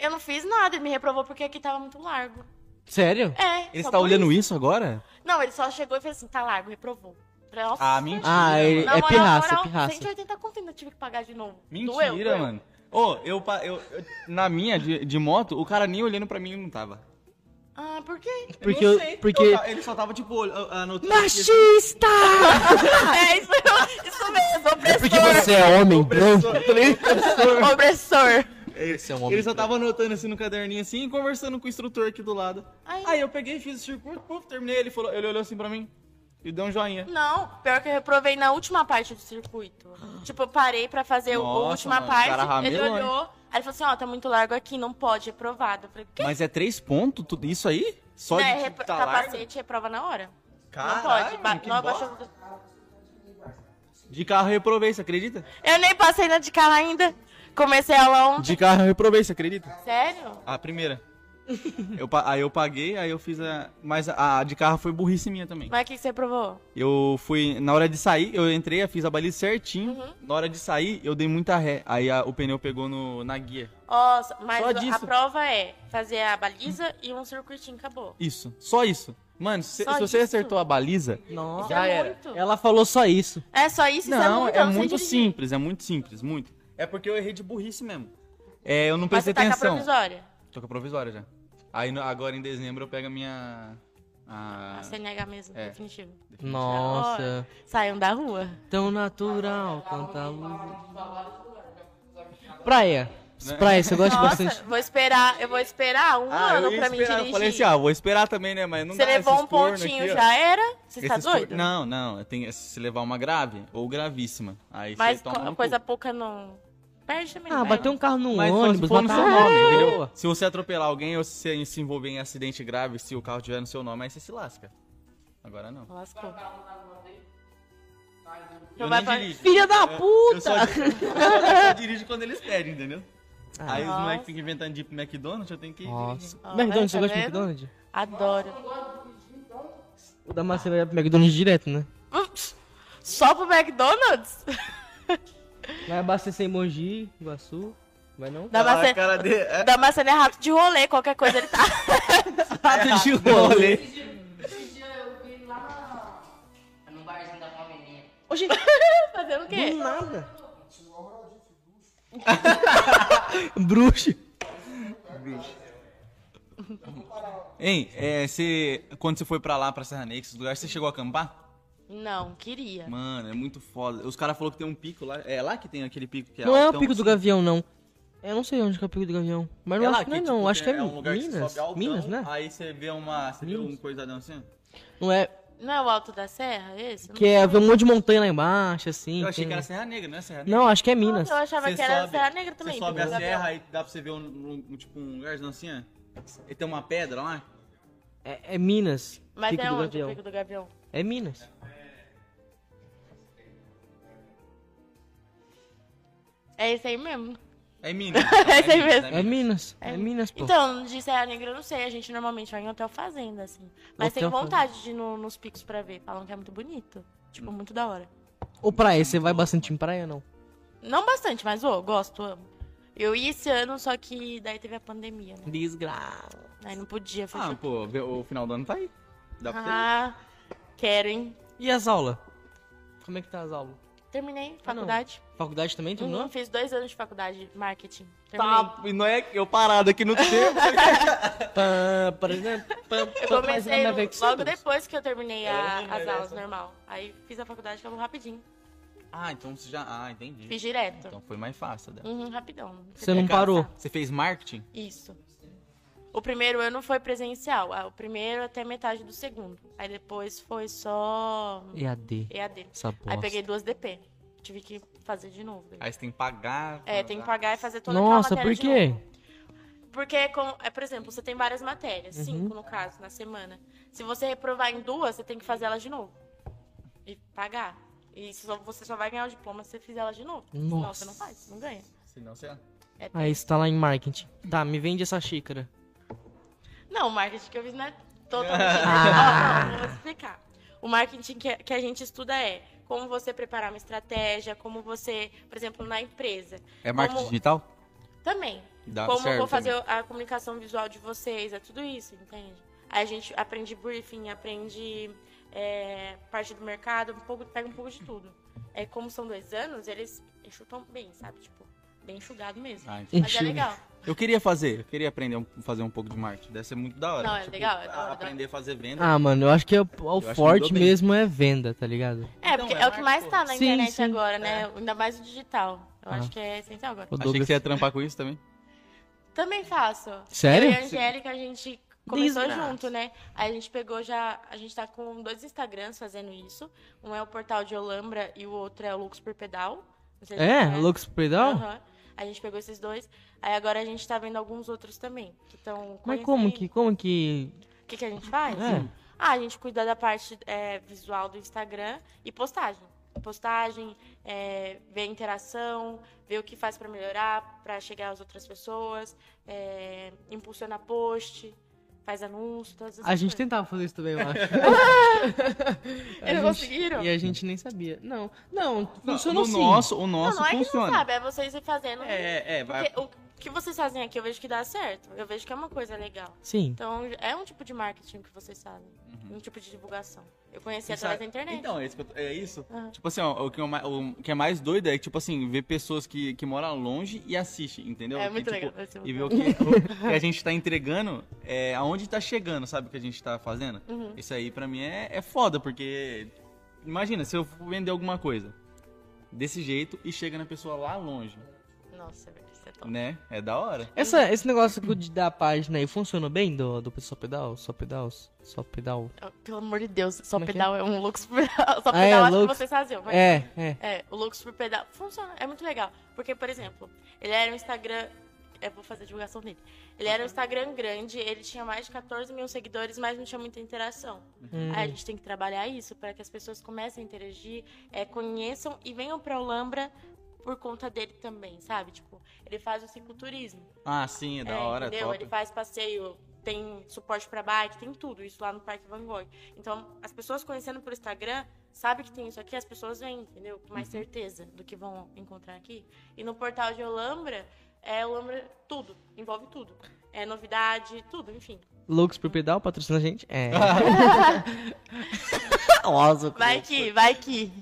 Eu não fiz nada, ele me reprovou porque aqui tava muito largo. Sério? É, Ele só está por olhando isso agora? isso. Não, ele só chegou e fez assim, tá largo, reprovou. Falei, Nossa, Ah, mentira. Ah, ele- mano. na é moral, pirraça, moral, é pirraça. 180 conto ainda tive que pagar de novo. Mentira, Doeu, doeu. mano. Ô, eu, pa- eu, eu- Na minha, de, de moto, o cara nem olhando pra mim não tava. Ah, por quê? Porque não eu- sei, porque- eu ta- ele só tava, tipo, ol- a- anotando. Machista! é isso, isso mesmo, opressor, Porque você é homem branco. opressor. Ele, Você é um homem ele só tava anotando assim no caderninho assim e conversando com o instrutor aqui do lado. Ai. Aí eu peguei, fiz o circuito, puf, terminei. Ele falou, ele olhou assim pra mim e deu um joinha. Não, pior que eu reprovei na última parte do circuito. Tipo, eu parei pra fazer o- Nossa, a última mano, o parte, cara ele ramelou, hein? olhou, aí ele falou assim, ó, tá muito largo aqui, não pode, reprovado. Eu falei, o quê? Mas é três pontos, tudo isso aí? Só Não, é de repro- tipo, tá largo? capacete reprova na hora. Caralho, não pode, ba- que não bosta. abaixou... De carro eu reprovei, você acredita? Eu nem passei na de carro ainda. Comecei aula ontem. De carro eu reprovei, você acredita? Sério? A primeira. Eu pa- aí eu paguei, aí eu fiz a. Mas a, a de carro foi burrice minha também. Mas o que que você provou? Eu fui. Na hora de sair, eu entrei, eu fiz a baliza certinho. Uhum. Na hora de sair, eu dei muita ré. Aí a- o pneu pegou no, na guia. Nossa, mas Só a- a disso? prova é fazer a baliza e um circuitinho, acabou. Isso. Só isso. Mano, se, Só se você isso? acertou a baliza. Nossa, Isso é já era. muito. Ela falou só isso. É só isso? isso é Não, muito, é eu não sei muito dirigir. simples, é muito simples, muito. É porque eu errei de burrice mesmo. É, eu não Mas você prestei tá com a atenção. provisória? Tô com a provisória já. Aí no- agora em dezembro eu pego a minha. A... A CNH mesmo, É. definitivo. Nossa. Saiam da rua. É, Tão natural quanto a luz. Praia. Praia, você gosta Nossa, bastante. vou esperar, eu vou esperar um Ah, ano eu, ia pra mim esperar, dirigir. eu falei assim, ah, vou esperar também, né? Mas não você dá levou esses um corno pontinho, aqui, ó. já era? Você tá Esses cor- doido? Não, não. Tem, se levar uma grave ou gravíssima. Aí Mas você toma co- no cu. coisa pouca não. Perde também. Ah, vai, bateu um carro num Mas só se ônibus, for no matar seu uma nome, entendeu? pessoa. Se você atropelar alguém ou se você se envolver em acidente grave, se o carro tiver no seu nome, aí você se lasca. Agora não. não. Lascou. Eu Então vai nem pra- dirijo. Filha da Eu só, puta! eu só dirijo quando eles pedem, entendeu? Ah. Aí os Nossa. moleques ficam inventando de ir pro McDonald's, eu tenho que ir. Nossa. Ó, McDonald's, você tá gosta de vendo? McDonald's? Adoro. O da Marcela é pro McDonald's direto, né? Ups, Só pro McDonald's? Vai abastecer em Mogi, Iguaçu. Vai não? Ah, Da a Macena, cara dele. é- da Macena é rápido de rolê, qualquer coisa ele tá. Rato de rolê. No barzinho da Palmeirinha. Oxi, Fazendo o do quê? nada. Bruxo. Hein, é, você, quando você foi pra lá, pra Serra Negra, esses lugares, você chegou a acampar? Não, queria. Mano, é muito foda. Os caras falaram que tem um pico lá. É lá que tem aquele pico que é Não é o altão, Pico do assim? Gavião, não. Eu não sei onde que é o Pico do Gavião. Mas não lá acho que não é, tipo, não. Acho que é, que você Minas. sobe altão, Ah. Minas, né? Aí você vê uma. Você vê um coisadão assim? Não é. Não é o Alto da Serra esse? Que é ver um monte de montanha lá embaixo, assim. Eu achei tem- que era Serra Negra, não é Serra Negra? Não, acho que é Não, Minas. Ah, eu achava que era Serra Negra também. Você sobe Pico a do Gavião. serra e dá pra você ver um, um- um- tipo, um lugarzão assim, ó. E tem uma pedra lá. É, é Minas. Mas Pico é do onde Gavião. o Pico do Gavião? É Minas. É esse aí mesmo. É Minas. né? É isso aí mesmo. É Minas. É Minas, pô. Então, de Serra Negra eu não sei, a gente normalmente vai em hotel fazenda, assim. Mas Hotel tem vontade de ir no- nos picos pra ver, falam que é muito bonito. Hum. Tipo, muito da hora. Ou praia, você vai bastante em praia, não? Não bastante, mas ô, gosto, amo. Eu ia esse ano, só que daí teve a pandemia, né? Desgraça. Aí não podia, Ah, fechou. pô, vê- o final do ano tá aí. Dá pra você ir. Ah, quero, hein? E as aulas? Como é que tá as aulas? Terminei Ah, não. faculdade. Faculdade também terminou? Uhum, fiz dois anos de faculdade de marketing. Terminei. Tá, e não é eu parado aqui no tempo. Pá, por exemplo, pá, Eu pá, mas comecei nada tá a no- ver com isso, logo Deus. depois que eu terminei a- É, as era aulas essa. normal. Aí fiz a faculdade, acabou rapidinho. ah, então você já. Ah, entendi. Fiz direto. Então foi mais fácil dela. Uhum, rapidão. Você não Fiquei parou? cansada. Você fez marketing? Isso. O primeiro ano foi presencial. ah, O primeiro até metade do segundo. Aí depois foi só EAD. EAD. Essa Aí bosta. peguei duas DP. Tive que fazer de novo. daí. Aí você tem que pagar. É, tem que pagar e fazer toda Nossa, aquela por matéria de quê? novo. Porque, com, é, por exemplo, você tem várias matérias, Uhum. cinco no caso, na semana. Se você reprovar em duas, você tem que fazer elas de novo. E pagar. E só- você só vai ganhar o diploma se você fizer elas de novo. Senão Nossa. você não faz, não ganha. Senão você. É Aí você tá lá em marketing. Tá, me vende essa xícara. Não, o marketing que eu fiz não é totalmente. Ah. Ó, não, eu vou explicar. O marketing que, que a gente estuda é como você preparar uma estratégia, como você, por exemplo, na empresa. É marketing Como- digital? Também. Dá como eu certo vou fazer a comunicação visual de vocês, é tudo isso, entende? Aí a gente aprende briefing, aprende é, parte do mercado, um pouco, pega um pouco de tudo. É, como são dois anos, eles enxutam bem, sabe? Tipo, bem enxugado mesmo. Ah, entendi. Mas é enxuga. legal. Eu queria fazer, eu queria aprender a fazer um pouco de marketing. Deve ser muito da hora. Não, é legal, é da hora, a- da hora. Aprender a fazer venda. Ah, mano, eu acho que é o, o acho que forte mudou bem. mesmo é venda, tá ligado? É, Então, porque é é, o que mais marketing. tá na Sim, internet sim. É. agora, né? Ainda mais o digital. Eu Ah. acho que é essencial agora. O Achei que Douglas- você ia trampar com isso também. Também faço. Sério? Eu e a Angélica, a gente começou Desgraça. junto, né? Aí a gente pegou já. A gente tá com dois Instagrams fazendo isso. Um é o portal de Olambra e o outro é o Lux por Pedal. Não sei se você É? conhece. Lux Predal? Aham. A gente pegou esses dois. Aí agora a gente tá vendo alguns outros também. Então, Que estão Mas como que, como que... O que, que a gente faz? É. Ah, a gente cuida da parte é, visual do Instagram e postagem. Postagem, é, ver a interação, ver o que faz pra melhorar, pra chegar às outras pessoas, é, impulsiona post, faz anúncio, todas essas A gente coisas. tentava fazer isso também, eu acho. A Eles gente- conseguiram? E a gente nem sabia. Não, não, funcionou o sim. nosso, o Não, nosso não é que não funciona. sabe, é vocês ir fazendo. é, é, vai. Porque o que vocês fazem aqui eu vejo que dá certo. Eu vejo que é uma coisa legal. Sim. Então, é um tipo de marketing que vocês fazem. Um tipo de divulgação. Eu conheci Uhum. Sabe? através da internet. Ah. Então, é isso. que eu tô- é isso. Aham. Tipo assim, ó, o que, é mais, o que é mais doido é, tipo assim, ver pessoas que, que moram longe e assistem, entendeu? É Que, muito tipo, legal, vai ser muito E ver o que, o que a gente tá entregando, é, aonde tá chegando, sabe? O que a gente tá fazendo. Uhum. Isso aí pra mim é, é foda, porque. Imagina, se eu for vender alguma coisa desse jeito e chega na pessoa lá longe, Nossa, isso é Hum. top. né? É da hora. Essa, esse negócio de- da página aí funcionou bem do, do pessoal pedal? Só pedal? Só pedal? Pelo amor de Deus, só Como é que é? pedal é? um Lux por pedal. Só Ah, é, pedal acho Lux. que vocês faziam. mas- É, é. É, o Lux por pedal. Funciona, é muito legal. Porque, por exemplo, ele era um Instagram. Eu vou fazer a divulgação dele. Ele Uhum. era um Instagram grande, ele tinha mais de 14 mil seguidores, mas não tinha muita interação. Hum. Aí a gente tem que trabalhar isso para que as pessoas comecem a interagir, é, conheçam e venham pra Olambra por conta dele também, sabe? Tipo, ele faz o cicloturismo. Ah, sim, é da É, hora, é entendeu? top. Ele faz passeio, tem suporte pra bike, tem tudo isso lá no Parque Van Gogh. Então, as pessoas conhecendo por Instagram sabem que tem isso aqui, as pessoas vêm, entendeu? Com mais Uhum. certeza do que vão encontrar aqui. E no portal de Olambra, é Olambra tudo, envolve tudo. É novidade, tudo, enfim. Loucos pro pedal, patrocina a gente? É. Nossa, Vai que, vai que.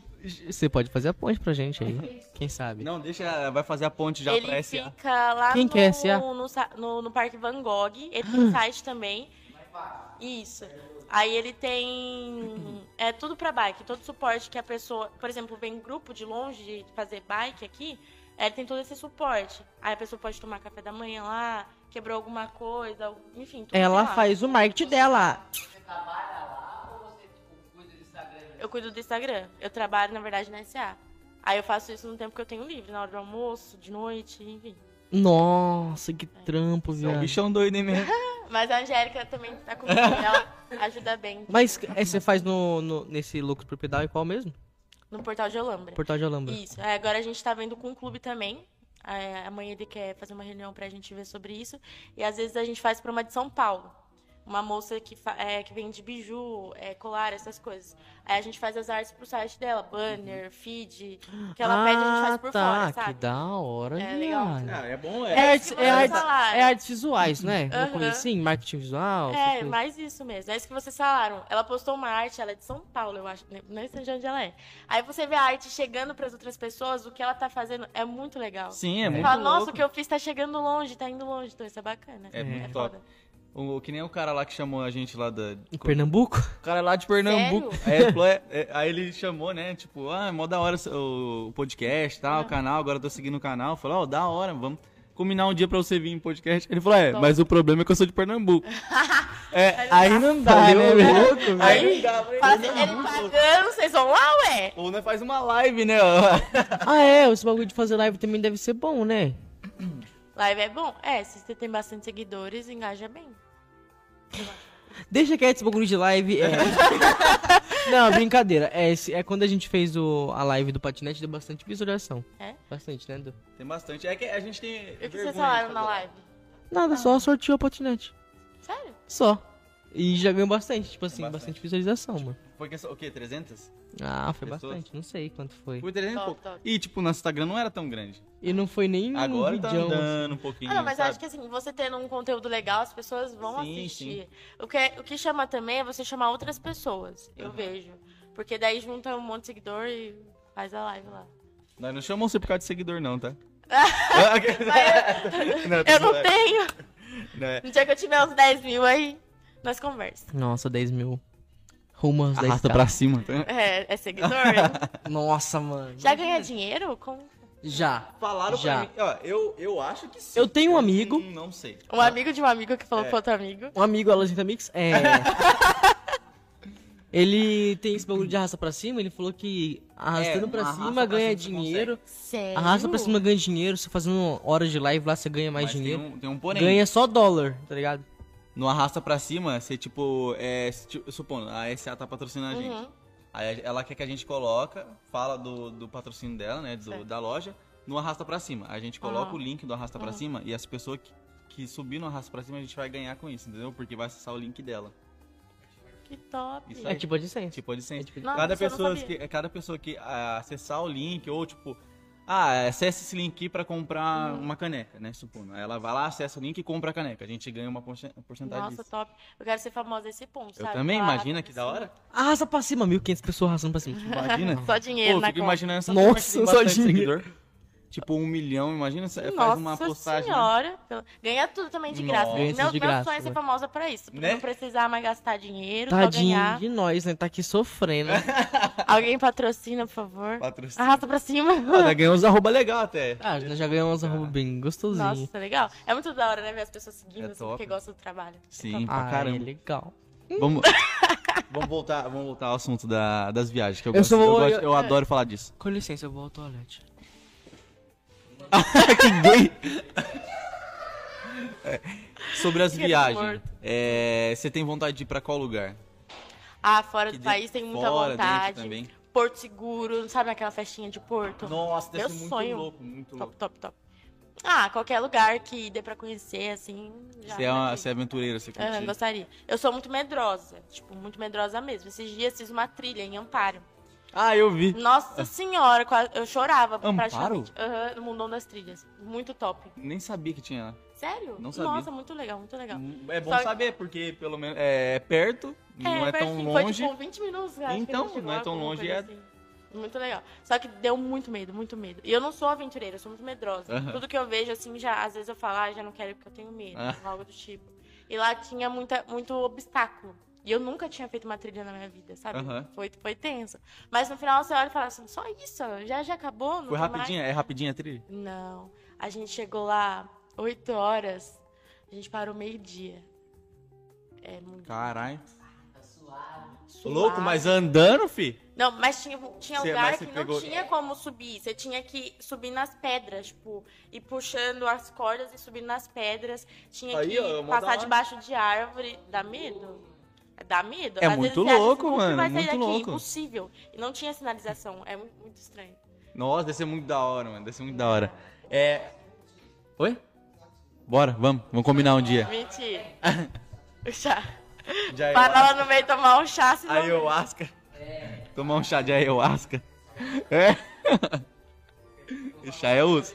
Você pode fazer a ponte pra gente aí. Quem sabe? Não, deixa, vai fazer a ponte já ele pra SA. fica lá Quem no, que é Hum. SA? no sa- no- no Parque Van Gogh. Ele tem um site também. Isso. Aí ele tem. É tudo pra bike, todo suporte que a pessoa. Por exemplo, vem grupo de longe de fazer bike aqui. é, Ele tem todo esse suporte. Aí a pessoa pode tomar café da manhã lá, quebrou alguma coisa, enfim. Tudo Ela lá. faz o marketing dela. tipo, Eu cuido do Instagram. Eu trabalho, na verdade, na SA. Aí eu faço isso no tempo que eu tenho livre, na hora do almoço, de noite, enfim. Nossa, que trampo, É um viado. bichão doido, hein, mesmo? Mas a Angélica também tá comigo, ela ajuda bem. Mas é, você faz no, no- nesse Loucos pro pedal e qual mesmo? No portal de Olambra. Portal de Alhambra. Isso. É, agora a gente tá vendo com o clube também. É, amanhã ele quer fazer uma reunião pra gente ver sobre isso. E às vezes a gente faz pra uma de São Paulo. Uma moça que, fa- é, que vende biju, é, colar, essas coisas. Aí a gente faz as artes pro site dela, banner, feed, que ela pede, a gente faz por Uhum. tá, fora, que sabe? da hora, É legal. viado. Ah, é bom, É é. artes, é, artes, Salário. é artes visuais, né? Uma Aham. coisa assim, marketing visual. essas É, coisas. mais isso mesmo. É isso que vocês falaram. Ela postou uma arte, ela é de São Paulo, eu acho. né? Não sei de onde ela é. Aí você vê a arte chegando pras outras pessoas, o que ela tá fazendo é muito legal. Sim, é Você muito fala, nossa, o louco. que eu fiz tá chegando longe, tá indo longe, então isso é bacana. É muito foda. O, que nem o cara lá que chamou a gente lá da... Em Pernambuco? O cara lá de Pernambuco. É, ele falou, é, é, aí ele chamou, né? Tipo, ah, mó da hora o o podcast, É. tal, o canal, agora eu tô seguindo o canal. Falou, ó, da hora, vamos combinar um dia pra você vir em podcast. Ele falou, é, Top. mas o problema é que eu sou de Pernambuco. é, aí não dá, Falei, né, ô, velho? louco, Aí velho. não dá, velho. Fala assim, ele pagando, vocês vão lá, ué? Ou né, faz uma live, né? ó. Ah, é, esse bagulho de fazer live também deve ser bom, né? Live é bom? É, se você tem bastante seguidores, engaja bem. Deixa quieto esse bagulho de live. é. Não, brincadeira. É, esse- é quando a gente fez o- a live do patinete, deu bastante visualização. É? Bastante, né? Du? Tem bastante. É tá que a gente tem. E o que vocês falaram na live? Nada, só sortiu a patinete. Sério? Ah, Só. E já ganhou bastante, tipo assim, bastante. bastante, visualização, mano. Porque é o quê? 300? Ah, foi Pessoas? bastante, não sei quanto foi. Foi 300 e Top, pouco. top. E, tipo, nosso Instagram não era tão grande. E não foi nem um Agora tá vidão, assim. andando um pouquinho. Ah, não, mas eu sabe? acho que assim, você tendo um conteúdo legal, as pessoas vão Sim, assistir. O que, o que chama também é você chamar outras pessoas, eu vejo. Porque daí junta um monte de seguidor e faz a live lá. Nós não chamamos você por causa de seguidor, não, tá? tô Eu não zoando. tenho! Não, é. No dia que eu tiver uns 10 mil aí, nós conversamos. Nossa, 10 mil. Rumo aos 10 Arrasta pra cima. Tá? É, é seguidor? hein? Nossa, mano. Já ganha dinheiro? Com... um Já. Falaram pra Já. mim. Ó, eu, eu acho que sim. Eu tenho um amigo. Não, não sei. Um amigo de um amigo que falou É. pro outro amigo. Um amigo, Alojita Mix, é... ele tem esse bagulho de arrasta pra cima, ele falou que arrastando É, pra arrasta cima pra ganha cima você um dinheiro, Sério? arrasta pra cima ganha dinheiro, você fazendo horas de live lá você ganha mais Mas dinheiro. Tem um, tem um porém. Ganha só dólar, tá ligado? No arrasta pra cima, você, tipo, é, se, tipo, supondo, a SA tá patrocinando a gente. Uhum. Aí ela quer que a gente coloca, fala do, do patrocínio dela, né? Do, Certo. da loja, no Arrasta Pra Cima. A gente coloca Aham. o link do Arrasta Pra Cima e as pessoas que, que subir no Arrasta Pra Cima a gente vai ganhar com isso, entendeu? Porque vai acessar o link dela. Que top. Isso É aí. tipo a licença. Tipo, a licença. tipo- Nossa, cada, isso eu Ah, não pessoa sabia. que, é, cada pessoa que ah, acessar o link ou tipo... Ah, acessa esse link aqui pra comprar Uhum. uma caneca, né? Supondo. Aí ela vai lá, acessa o link e compra a caneca. A gente ganha uma porcen- porcentagem Nossa, disso. top. Eu quero ser famosa nesse ponto, Eu sabe? também, Falar imagina arrasta que pra da cima. hora. Arrasta pra cima, 1.500 pessoas arrastando pra Uhum. cima. Tipo, Imagina. Só dinheiro Pô, eu na fico conta. imaginando essa Nossa, turma que tem só bastante dinheiro. seguidor. Tipo, um milhão, imagina, você faz Nossa uma postagem. né? senhora. pelo- Ganha tudo também de graça. Nossa. Ganha tudo Meu, de meu graça, sonho é ser né? famosa pra isso. Pra Né? não precisar mais gastar dinheiro, Tadinho só ganhar. de nós, né? Tá aqui sofrendo. Alguém patrocina, por favor. Patrocínio. Arrasta pra cima. Ah, ganhou uns arroba legal até. Ah, nós já ganhamos um roubo bem gostosinho. Nossa, legal. É muito da hora, né? Ver as pessoas seguindo, É assim, top. porque gostam do trabalho. É Sim, top. pra ah, é caramba. legal. Vamos, vamos, voltar, vamos voltar ao assunto da- das viagens, que eu, Eu gosto, só vou- eu, gosto- eu- eu adoro falar disso. Com licença, eu vou ao toalete. que gay! É, Sobre as Fica viagens, morto. é, você tem vontade de ir pra qual lugar? Ah, fora Que do de- país tem muita fora, dentro também. vontade. Porto Seguro, sabe aquela festinha de Porto? Nossa, deve Meu ser muito sonho. louco, muito Top, top, top. Ah, qualquer lugar que dê pra conhecer, assim. já Você é, uma- daqui. você é aventureira, você Ah, curte? gostaria. Eu sou muito medrosa, tipo, muito medrosa mesmo. Esses dias fiz uma trilha em Amparo. Ah, eu vi. Nossa senhora, quase- eu chorava Amparo? praticamente. Aham, no Mundão das Trilhas. Muito top. Nem sabia que tinha lá. Sério? Não sabia. Nossa, muito legal, muito legal. É bom Só- saber, porque pelo menos é perto, não é tão pertinho, foi, longe. tipo, 20 minutos, eu acho que Então, a gente chegou não é lá, tão alguma longe, coisa é- assim. Muito legal. Só que deu muito medo, muito medo. E eu não sou aventureira, eu sou muito medrosa. Aham. Tudo que eu vejo, assim, já, às vezes eu falo, ah, já não quero porque eu tenho medo, Ah. algo do tipo. E lá tinha muita, muito obstáculo. E eu nunca tinha feito uma trilha na minha vida, sabe? Aham. Foi, foi tenso. Mas no final você olha e fala assim, só isso, já, já acabou? Não Foi tem mais?" rapidinha? É rapidinha a trilha? Não. A gente chegou lá 8 horas. A gente parou meio-dia. É muito Caralho. suado. Louco, mas andando, fi? Não, mas tinha, tinha Cê- lugar mas cê que pegou- não tinha como subir. Você tinha que subir nas pedras, tipo, ir puxando as cordas e subir nas pedras. Tinha Aí, que ó, é mó da passar hora. debaixo de árvore. Dá medo? Dá medo? É Às muito vezes você acha, assim, louco, "Como que mano, Vai muito sair daqui? louco. Impossível. E não tinha sinalização. É mu- muito estranho. Nossa, deve ser muito da hora, mano. Deve ser muito da hora. É. Oi? Bora, vamos. Vamos combinar um dia. Mentira. O chá. De Para ayahuasca. lá no meio tomar um chá, senão... Ayahuasca. Tomar um chá de ayahuasca. É. Esse chá é osso.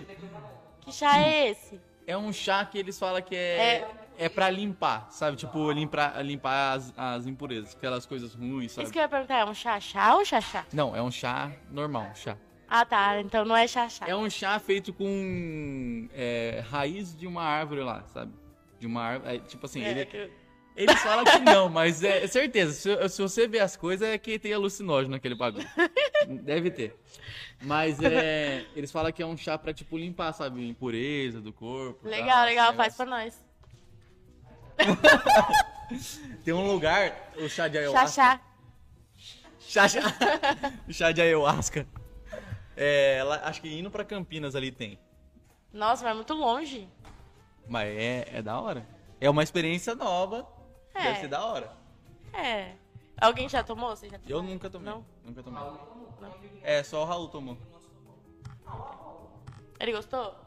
Que chá é esse? É um chá que eles falam que é. É, pra limpar, sabe? Tipo, limpar, limpar as, as impurezas, aquelas coisas ruins, sabe? Isso que eu ia perguntar, é um chá-chá ou chá-chá? Não, é um chá normal, um chá. Ah, tá, então não é chá-chá. É um chá feito com é, raiz de uma árvore lá, sabe? De uma árvore. é, tipo assim, ele, eles falam que não, mas é, é certeza. Se, se você ver as coisas, é que tem alucinógeno naquele bagulho. Deve ter. Mas é, eles falam que é um chá pra, tipo, limpar, sabe? Impureza do corpo. tal, Legal, legal, esse faz pra negócio. nós. Tem um lugar, o chá de ayahuasca. Chá-chá. Chá, chá. o chá de ayahuasca. É, lá- acho que indo pra Campinas ali tem. Nossa, mas é muito longe. Mas é, é da hora. É uma experiência nova. É. Deve ser da hora. É. Alguém já tomou? Você já tomou? Eu nunca tomei. Não? Nunca tomei. É, só o Raul tomou. Ele gostou?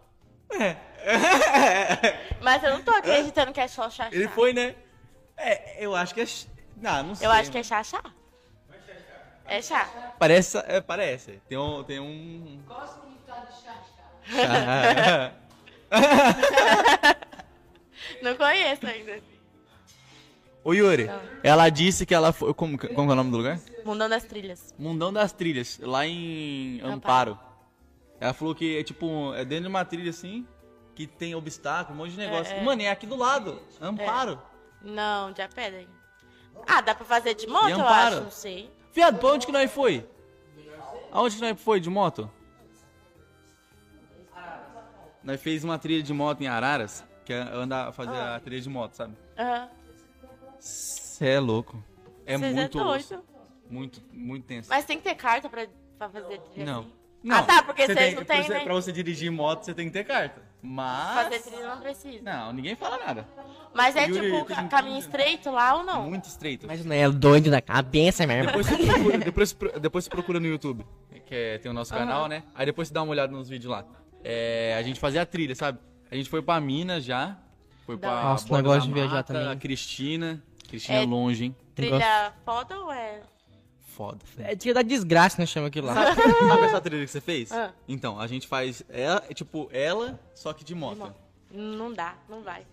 Mas eu não tô acreditando que é só chá-chá. Ele foi, né? É, eu acho que é. ch- Não, não sei. Eu acho que é chá-chá. É chá. Parece. é, parece. Tem um. Tem um... Qual o significado de chá? Não conheço ainda. Ô Yuri, ela disse que ela foi. Como, que- como que é o nome do lugar? Mundão das Trilhas. Mundão das Trilhas, lá em Amparo. Amparo. Ela falou que é tipo. um- É dentro de uma trilha assim, que tem obstáculo, um monte de negócio. Mano, é aqui do lado. Amparo. Não, de a pé daí. Ah, dá pra fazer de moto, E eu Amparo? acho. Não sei. Viado, pra onde que nós foi? Aonde que nós foi de moto? Nós fez uma trilha de moto em Araras, que é andar fazer Ah. a trilha de moto, sabe? Aham. Cê é louco. É Vocês muito é osso. doido. Muito, muito tenso. Mas tem que ter carta pra, pra fazer trilha Não. assim? não. Ah, tá, porque Cê vocês não têm, pra você- né? Pra você dirigir moto, você tem que ter carta. Fazer Mas... trilha não precisa. Não, ninguém fala nada. Mas é Yuri, tipo tem ca- que- caminho estreito lá ou não? Muito estreito. Mas não é doido da cabeça mesmo. Depois você procura, depois, você pro- depois você procura no YouTube, que é- tem o nosso canal, né? Aí depois você dá uma olhada nos vídeos lá. É, a gente fazia a trilha, sabe? A gente foi pra Minas já. Foi pra Nossa, Borda negócio da de viajar Mata, também. A Cristina. Cristina É. é longe, hein? Trilha foda ou é? Foda. É dia da desgraça, né? Chama aquilo lá. Sabe essa trilha que você fez? Ah. Então, a gente faz ela, é tipo, ela, só que de moto. Não dá, não vai.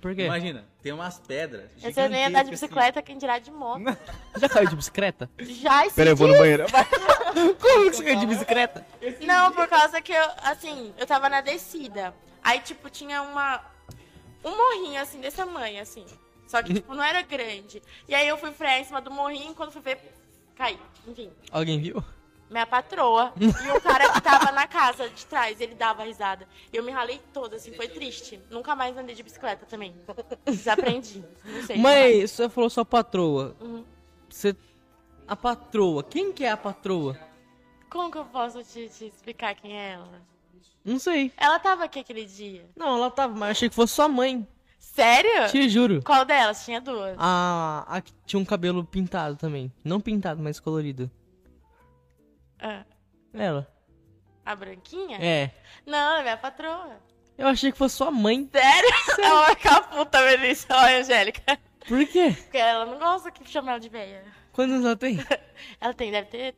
Por quê? Imagina, tem umas pedras. Você nem andar de gigantescas, bicicleta, quem dirá de moto. Já caiu de bicicleta? Já esse Peraí, eu vou dia... no banheiro. Como que você caiu de bicicleta? Não, por causa que eu, assim, eu tava na descida. Aí, tipo, tinha uma. Um morrinho, assim, desse tamanho, assim. Só que, tipo, não era grande. E aí eu fui frear em cima do morrinho, quando fui ver, caí. Enfim, Alguém viu? minha patroa. E o cara que tava na casa de trás, ele dava risada. E eu me ralei toda, assim, foi triste. Nunca mais andei de bicicleta também. Desaprendi. Não sei. Mas você falou sua patroa. Uhum. Você. A patroa. Quem que é a patroa? Como que eu posso te, te explicar quem é ela? Não sei. Ela tava aqui aquele dia. Não, ela tava, mas eu achei que fosse sua mãe. Sério? Te juro. Qual delas? Tinha duas. A, a que tinha um cabelo pintado também. Não pintado, mas colorido. Ah, Ela. a branquinha? É. Não, é minha patroa. Eu achei que fosse sua mãe. Sério? Ela vai ficar puta, Melissa. Olha, Angélica. Por quê? Porque ela não gosta que chame ela de velha. Quantos anos ela tem? Ela tem, deve ter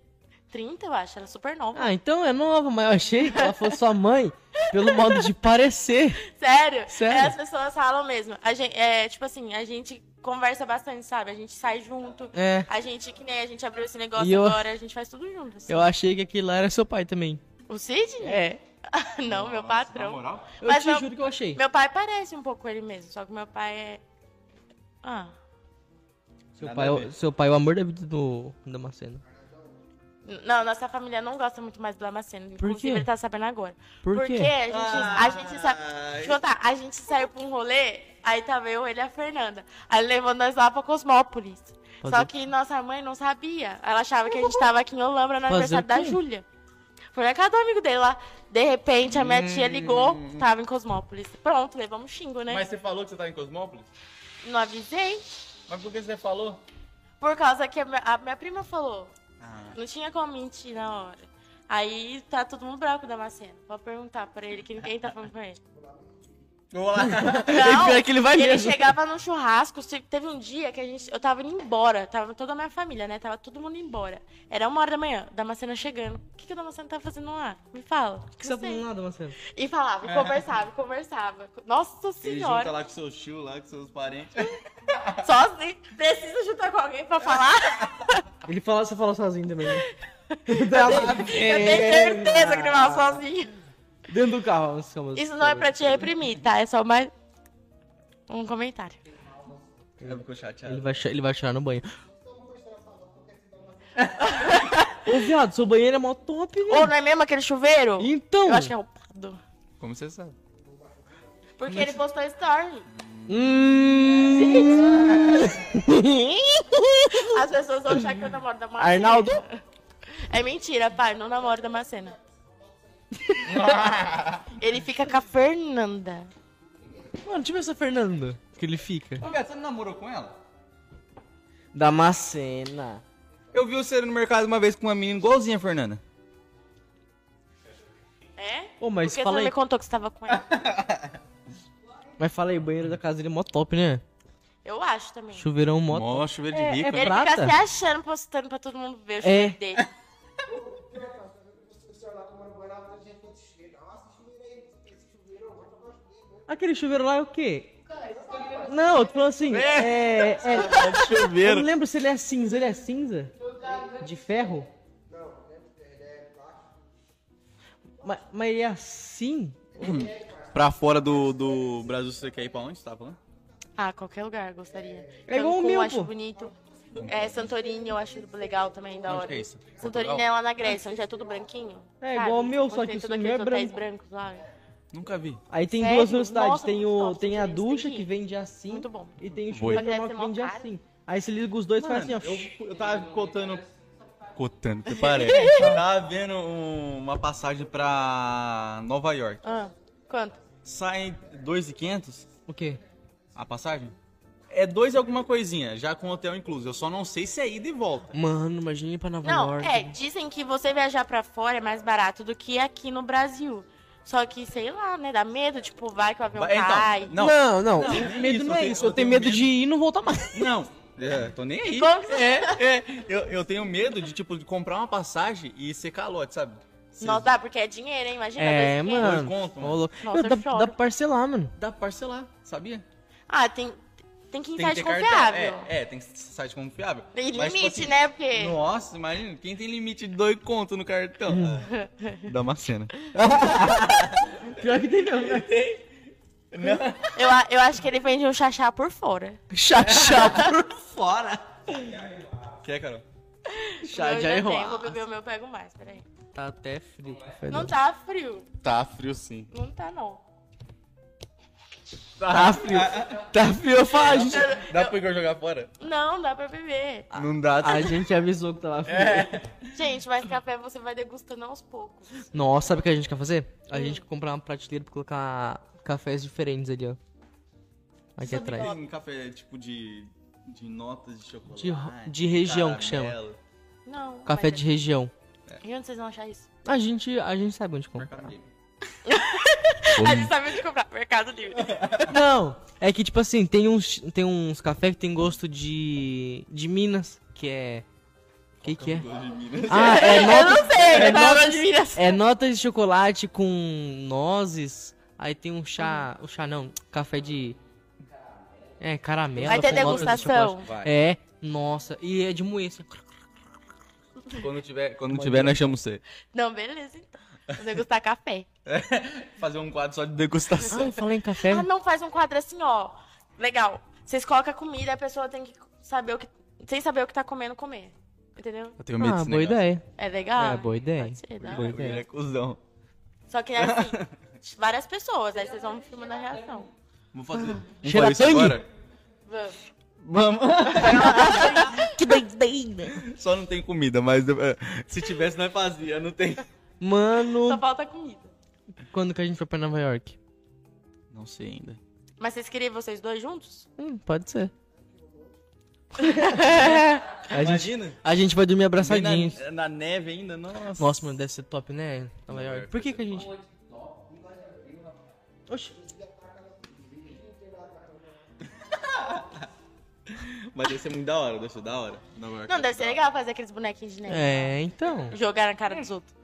30, eu acho. Ela é super nova. Ah, então é nova, mas eu achei que ela fosse sua mãe pelo modo de parecer. Sério? Sério? É, as pessoas falam mesmo. A gente, é, tipo assim, a gente conversa bastante, sabe? A gente sai junto. É. A gente, que nem a gente abriu esse negócio E eu- agora, a gente faz tudo junto. assim. Eu achei que aquilo lá era seu pai também. O Cid? É. não, meu Na patrão. moral? Eu Mas te não- juro que eu achei. Meu pai parece um pouco ele mesmo, só que meu pai é. Ah. Seu Nada pai, a é o- ver. seu pai é o amor da vida do Damasceno. N- Não, nossa família não gosta muito mais do Damasceno. Inclusive, quê? ele tá sabendo agora. Por Porque quê? a gente, a gente sa- Ai. Deixa eu contar, a gente saiu pra um rolê, aí tava eu, ele e a Fernanda. Aí levou nós lá pra Cosmópolis. Só Fazer- que nossa mãe não sabia. Ela achava que a gente tava aqui em Olambra no Fazer aniversário o da quê? Júlia. Foi na casa do amigo dele lá. De repente, a minha tia ligou, tava em Cosmópolis. Pronto, levamos xingo, né? Hum. Mas você falou que você tá em Cosmópolis? Não avisei. Mas por que você falou? Por causa que a minha, a minha prima falou. Ah. Não tinha como mentir na hora. Aí tá todo mundo bravo com o Damasceno. Pode perguntar pra ele que ninguém tá falando com ele. E pior é que ele vai e ele mesmo. chegava no churrasco. se- Teve um dia que a gente, eu tava indo embora, tava toda a minha família, né? Tava todo mundo embora. Era uma hora da manhã, o Damasceno chegando. O que, que o Damasceno tá fazendo lá? Me fala. que você Não tá sei. falando nada, Marcelo? E falava, É. e conversava, e conversava. Nossa Ele senhora. junta lá com seu tio, lá com seus parentes. Só se precisa juntar com alguém pra falar. Ele fala, você fala sozinho também. né? é, Eu tenho certeza que ele fala sozinho. Dentro do carro. as câmeras. Isso não é pra te reprimir, tá? É só mais um comentário. Ele ficou Ele chateado. vai, cho- ele vai chorar no banheiro. Ô, viado, seu banheiro é mó top, Ou velho. não é mesmo aquele chuveiro? Então. Eu acho que é o Pado. Como você sabe? Porque ele postou story. Hum... As pessoas vão achar que eu namoro da Macena. Arnaldo? É mentira, pai. Não namoro da Macena. ele fica com a Fernanda. Mano, deixa eu ver essa Fernanda. Que ele fica. Ô, Beto, você não namorou com ela? Damascena. Eu vi você no mercado uma vez com uma menina igualzinha a Fernanda. É? Ô, mas Porque fala você não aí. me contou que você tava com ela. Mas fala aí, o banheiro da casa dele é mó top, né? Eu acho também. Chuveirão mó top. Mó chuveiro de rico. Ele né? prata? fica se achando, postando pra todo mundo ver o É. filme dele. Aquele chuveiro lá é o quê? Não, eu tô falando assim. É. é, de eu chuveiro. não lembro se ele é cinza. Ele é cinza? De ferro? Mas, mas ele é assim? é Pra fora do, do Brasil, você quer ir pra onde? Você tá falando? Ah, qualquer lugar, gostaria. É igual o Cancún, meu, eu acho pô. bonito. É, Santorini eu acho legal também, da Onde hora. que é isso? Santorini Portugal? é lá na Grécia, onde é tudo branquinho. É igual o meu, Onde só tem que o todos meu é aqueles hotéis branco. brancos lá. Nunca vi. Aí tem Sério? duas velocidades. Nossa, Tem, muito o, top, tem a gente, tem ducha que que ir. vende assim. Muito bom. E tem o Boi. chuveiro normal Mas deve ser que vende mó caro. assim. Aí você liga os dois e faz assim, ó. eu, eu tava cotando. Cotando, que parece. tava vendo um- uma passagem pra Nova York. Ah, quanto? Sai 2,500 O quê? a passagem? É dois e alguma coisinha, já com hotel incluso. Eu só não sei se é ida e volta. Mano, imagina ir pra Nova Não, York. é, dizem que você viajar pra fora é mais barato do que aqui no Brasil. Só que, sei lá, né, dá medo, tipo, vai que o avião Ba- então, cai. Não. não. não, Não, o nem medo isso, não eu é tenho- isso. Eu eu tenho tenho medo medo. de ir e não voltar mais. Não, é, tô nem aí. Como que- É, é. Eu, eu tenho medo de, tipo, de comprar uma passagem e ser calote, sabe? Se- Não dá, porque é dinheiro, hein? Imagina. É, dois quinhentos. mano. conto, mano. Ô, louco. Nossa, Meu, eu dá, choro. dá pra parcelar, mano. Dá pra parcelar, sabia? Ah, tem, tem que ir em Um site cartão. confiável. É, é, tem que ser site confiável. Mas, Tem tipo limite, assim, né? Porque. Nossa, imagina, quem tem limite de dois conto no cartão? Hum. É. Dá uma cena. Pior que tem mesmo, né? Eu, a- eu acho que ele vende um chachá por fora. Chachá por Fora! Quer, Carol? chá eu já ainda errou. tenho, Vou beber o meu, eu pego mais, peraí. Tá até frio. Não tá frio. Tá frio sim. Não tá, não. Tá frio. Tá frio, eu falo, a gente. Dá pra eu jogar fora? Não, dá pra beber. Ah, Não dá. A gente avisou que tava frio. Gente, mas café você vai degustando aos poucos. Nossa, sabe o que a gente quer fazer? A gente quer comprar uma prateleira pra colocar cafés diferentes ali, ó. Aqui atrás. Tem café tipo de, de notas de chocolate. um De ro- de região que chama. caramelo. Não. Café mas- de região. E onde vocês vão achar isso? A gente, a gente sabe onde comprar. Mercado Livre. A gente sabe onde comprar. Mercado Livre. Não, é que tipo assim, tem uns, tem uns café que tem gosto de de Minas, que é que que é? Gosto de Minas. Ah, é eu não notas, sei, é eu tava notas- de Minas. é notas de chocolate com nozes. Aí tem um chá, o chá não, café de é caramelo. Vai ter com notas de degustação? chocolate. Vai. É, nossa, e é de moer. assim. Quando tiver, quando tiver nós chamamos você. Não, beleza, então. Vou degustar café. Fazer um quadro só de degustação. Ah, eu falei em café. Ah, não, faz um quadro assim, ó. Legal. Vocês colocam a comida, a pessoa tem que saber o que... Sem saber o que tá comendo, comer. Entendeu? Eu tenho medo Ah, desse boa negócio. ideia. É legal? É, boa ideia. Pode ser, dá. Boa O Guilherme é cuzão. Só que assim, várias pessoas, aí vocês vão filmando a reação. Vamos fazer. Vamos Cheira fazer isso tangue? agora? Vamos. Vamos. que doideira! Só não tem comida, mas eh, se tivesse, nós fazia. Não tem. Só Mano, falta comida. quando que a gente vai pra Nova York? Não sei ainda. Mas vocês queriam ir vocês dois juntos? Hum, pode ser. a gente Imagina. A gente vai dormir Bem abraçadinhos. Na, na neve ainda, nossa. Nossa, mano, deve ser top, né? Nova York. York Por que que a gente... Oxi. Mas deve ser muito da hora, deve ser da hora. Nova York Não, deve ser da hora. legal fazer aqueles bonequinhos de neve. É, então. Jogar na cara dos outros.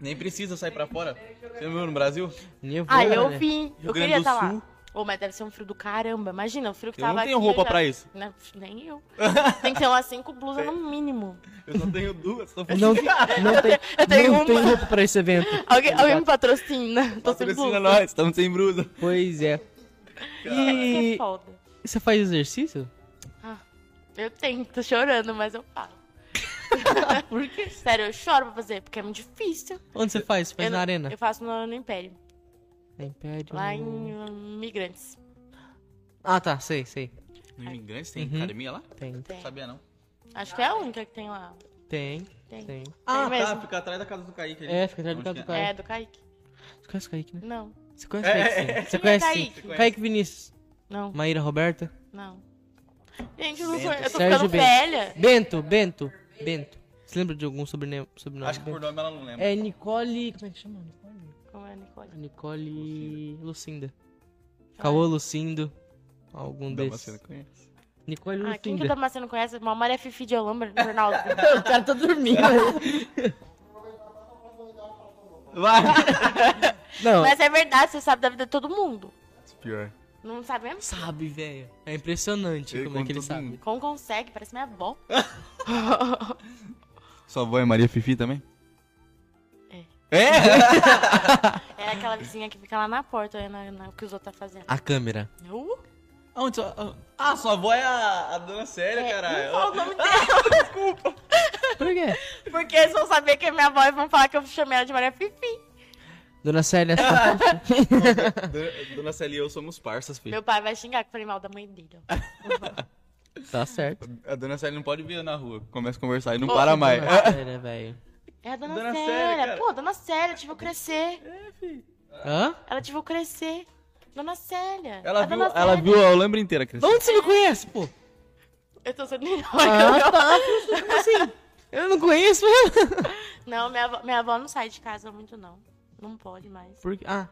Nem precisa sair pra fora. Você não viu no Brasil? Nevoeiro, Ah, eu né? vim. Rio Eu Grande queria do estar lá. Sul. Ô, mas deve ser um frio do caramba. Imagina, o frio que Eu tava não tenho aqui, roupa já- pra isso. É. Não, nem eu. Tem que ter umas cinco blusas no mínimo. Eu só tenho duas, tô Não, tá não, tem, eu tenho não uma. tem roupa pra esse evento. Alguém, alguém me patrocina. Tô sem Patrocina blusa. nós, estamos sem brusa. Pois é. Que E É, foda. você faz exercício? Ah, eu tenho, tô chorando, mas eu falo. É, Por quê? Sério, eu choro pra fazer, porque é muito difícil. Onde você faz? Você faz eu, na não- arena? Eu faço no, no Império, Na Império. lá em hum, Migrantes. Ah, tá. Sei, sei. No Imigrantes tem Uhum. academia lá? Tem. Tem. Sabia não. Acho que é a única que tem lá. Tem. Tem. Tem. Ah, tá, mesmo. fica atrás da casa do Kaique. ali. É, fica atrás do Onde caso que do é? Kaique. É, do Kaique. Você conhece o Kaique, né? Não. Você conhece o É, Kaique, é, sim. Você Quem é conhece Kaique? sim. Kaique Vinícius. Não, Maíra Roberta. não. Gente, eu, não Bento, sou, eu tô Sérgio ficando Bento. velha. Bento, Bento, Bento. Você lembra de algum sobrenome? sobrenome Acho que por Bento? nome ela não lembra. É Nicole... Como é que chama? Nicole... Como é a Nicole? Nicole... Lucinda. Caô Lucindo. Algum Dá uma desses. cena com ele. Nicole Ah, quem que o Lucinda. Damasceno conhece? Uma Maria Fifi de Olambra, no jornal. O cara tá dormindo. Vai! Não. Mas é verdade, você sabe da vida de todo mundo. Pior. Não sabe mesmo? Sabe, velho. É impressionante Ele como é que conta ele todo sabe. mundo. Como consegue? Parece minha avó. Sua avó é Maria Fifi também? É. É? É aquela vizinha que fica lá na porta olhando na- na- o que os outros tá fazendo. A câmera. Uh, Aonde sua... Ah, sua avó é a, a dona Célia, é, caralho. não fala o nome dela, Por quê? porque eles vão saber que é minha avó e vão falar que eu chamei ela de Maria Fifi. Dona Célia. tá Dona- Dona Célia e eu somos parças, filho. Meu pai vai xingar que eu falei mal da mãe dele. ó. tá certo. A dona Célia não pode ver eu na rua. Começa a conversar e não Ô, para mais. Dona Célia, velho. É a dona, Dona Célia, Célia. cara. Pô, dona Célia, te viu crescer. Hã? Ela te viu crescer. Dona Célia. Ela a viu, dona ela Célia. viu a Olambra inteira crescer. Onde você me conhece, pô? Eu tô sendo Ah, irônica. tá. Como assim? Eu não conheço ela. Ah. Não, minha avó, minha avó não sai de casa muito, não. Não pode mais. Por quê? Ah,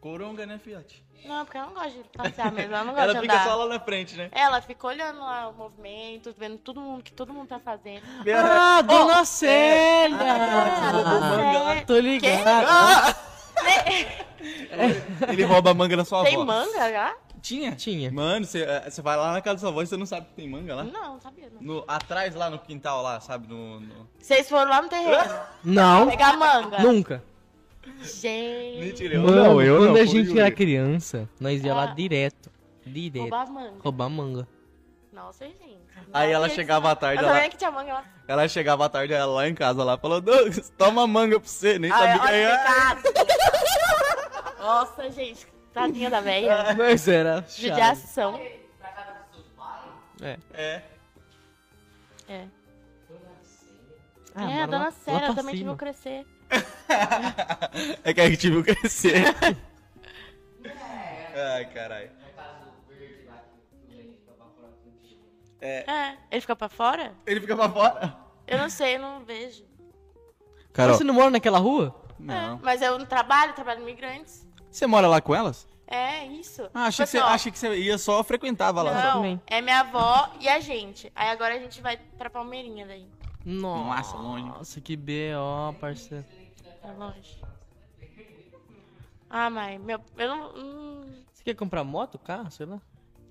Coronga, né, Fiat? Não, porque ela não gosta de passear mesmo. Ela não gosta Ela de fica andar. só lá na frente, né? Ela fica olhando lá o movimento, vendo todo mundo que todo mundo tá fazendo. ah Dona Célia. Ah, dona Célia. Tô ligado. Ele rouba a manga da sua é-" Tem avó. manga já? Tinha? Tinha. Mano, você eh, você vai lá na casa da sua avó e você não sabe que tem manga lá? Não, sabia não. No, atrás lá no quintal lá, sabe? No, no... Vocês foram lá no terreno Não. pegar manga. Nunca. Gente, Mentira, eu Mano, não, eu quando não. foi o a gente era Yuri. criança, nós ia lá Ah. direto. Direto. Roubar, roubar manga. manga. Nossa, gente. Aí ela chegava à Eu tarde, ela, sabia que tinha manga lá. ela chegava à tarde ela lá em casa lá, falou, Douglas, toma manga pra você, nem Ai, sabia que olha era. o pecado. Nossa, gente. Tadinha da É. velha. Mas era chato. Judiação. É. É. É. Ah, é, a mano, lá- dona lá Célia pra também te cima. viu crescer. É que a gente viu crescer. Ai, caralho. É. Ele fica pra fora? Ele fica pra fora? Eu não sei, eu não vejo. Carol, Mas Você não mora naquela rua? É, mas eu não É. trabalho, trabalho em imigrantes. Você mora lá com elas? É, isso. Ah, achei, que você, Pessoal, achei que você ia só frequentava lá. Não, Também. é minha avó e a gente. Aí agora a gente vai pra Palmeirinha daí. Nossa, Nossa, longe. Nossa, que B.O., parceiro. É longe. Ah, mãe, meu. Eu não. hum. Você quer comprar moto, carro, sei lá?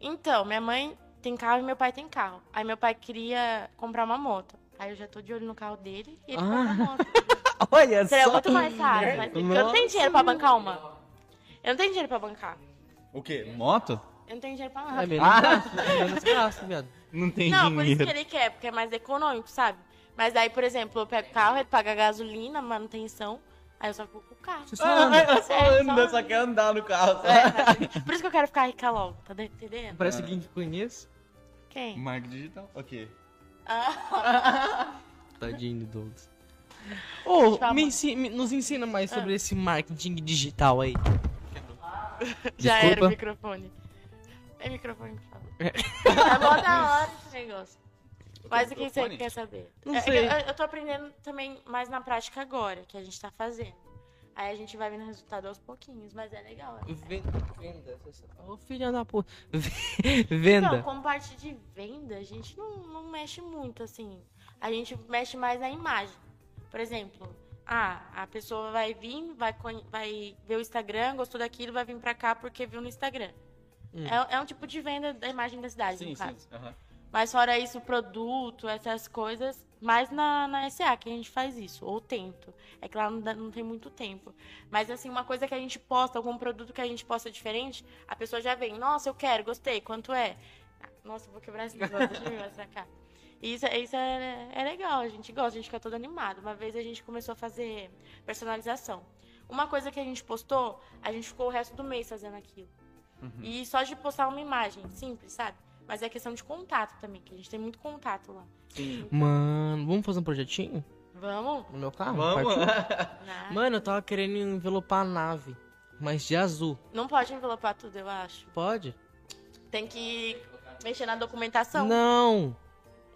Então, minha mãe tem carro e meu pai tem carro. Aí meu pai queria comprar uma moto. Aí eu já tô de olho no carro dele e ele comprou uma moto. Olha Seria muito mais fácil, mas porque eu não tenho dinheiro pra bancar uma. Eu não tenho dinheiro pra bancar. O quê? Moto? Eu não tenho dinheiro pra Ah. É nada. menos gasto, menos gasto, viado. Não tem Não, por isso que dinheiro. ele quer, porque é mais econômico, sabe? Mas aí, por exemplo, eu pego o carro, ele paga gasolina, manutenção, aí eu só vou com o carro. Você só Ah, anda. ela só É, anda, só só quer andar no carro. só. É, sabe? por isso que eu quero ficar rica logo, tá de- entendendo? Ah. Parece alguém que conheço. Quem? Marca digital? Ok. Tadinho do Douglas. Ô, Chama. me ensi- me- nos ensina mais Ah. sobre esse marketing digital aí. Já era Desculpa. o microfone. É microfone que fala. É mó da hora esse negócio. Mas o que você microfone? quer saber? Não É que sei. Eu, eu tô aprendendo também mais na prática agora, que a gente tá fazendo. Aí a gente vai vendo o resultado aos pouquinhos, mas é legal. né? Venda. Ô, filha da puta. Então, Venda. como parte de venda, a gente não, não mexe muito, assim. A gente mexe mais na imagem. Por exemplo, ah, a pessoa vai vir, vai, conhe- vai ver o Instagram, gostou daquilo, vai vir pra cá porque viu no Instagram. Hum. É, é um tipo de venda da imagem da cidade, Sim, no caso. sim. aham. Mas fora isso, produto, essas coisas, mais na, na SA que a gente faz isso, ou tento. É que lá não, dá- não tem muito tempo. Mas assim, uma coisa que a gente posta, algum produto que a gente posta diferente, a pessoa já vem, nossa, eu quero, gostei, quanto é? Ah, Nossa, eu vou quebrar esse negócio, deixa eu me mostrar cá. E Isso, isso é, é legal, a gente gosta, a gente fica todo animado. Uma vez a gente começou a fazer personalização. Uma coisa que a gente postou, a gente ficou o resto do mês fazendo aquilo. E só de postar uma imagem, simples, sabe? Mas é questão de contato também, que a gente tem muito contato lá. Mano, vamos fazer um projetinho Vamos? no meu carro? Vamos. Partiu? Na- Mano, eu tava querendo envelopar a nave, mas de azul. Não pode envelopar tudo, eu acho. Pode? Tem que mexer na documentação. Não.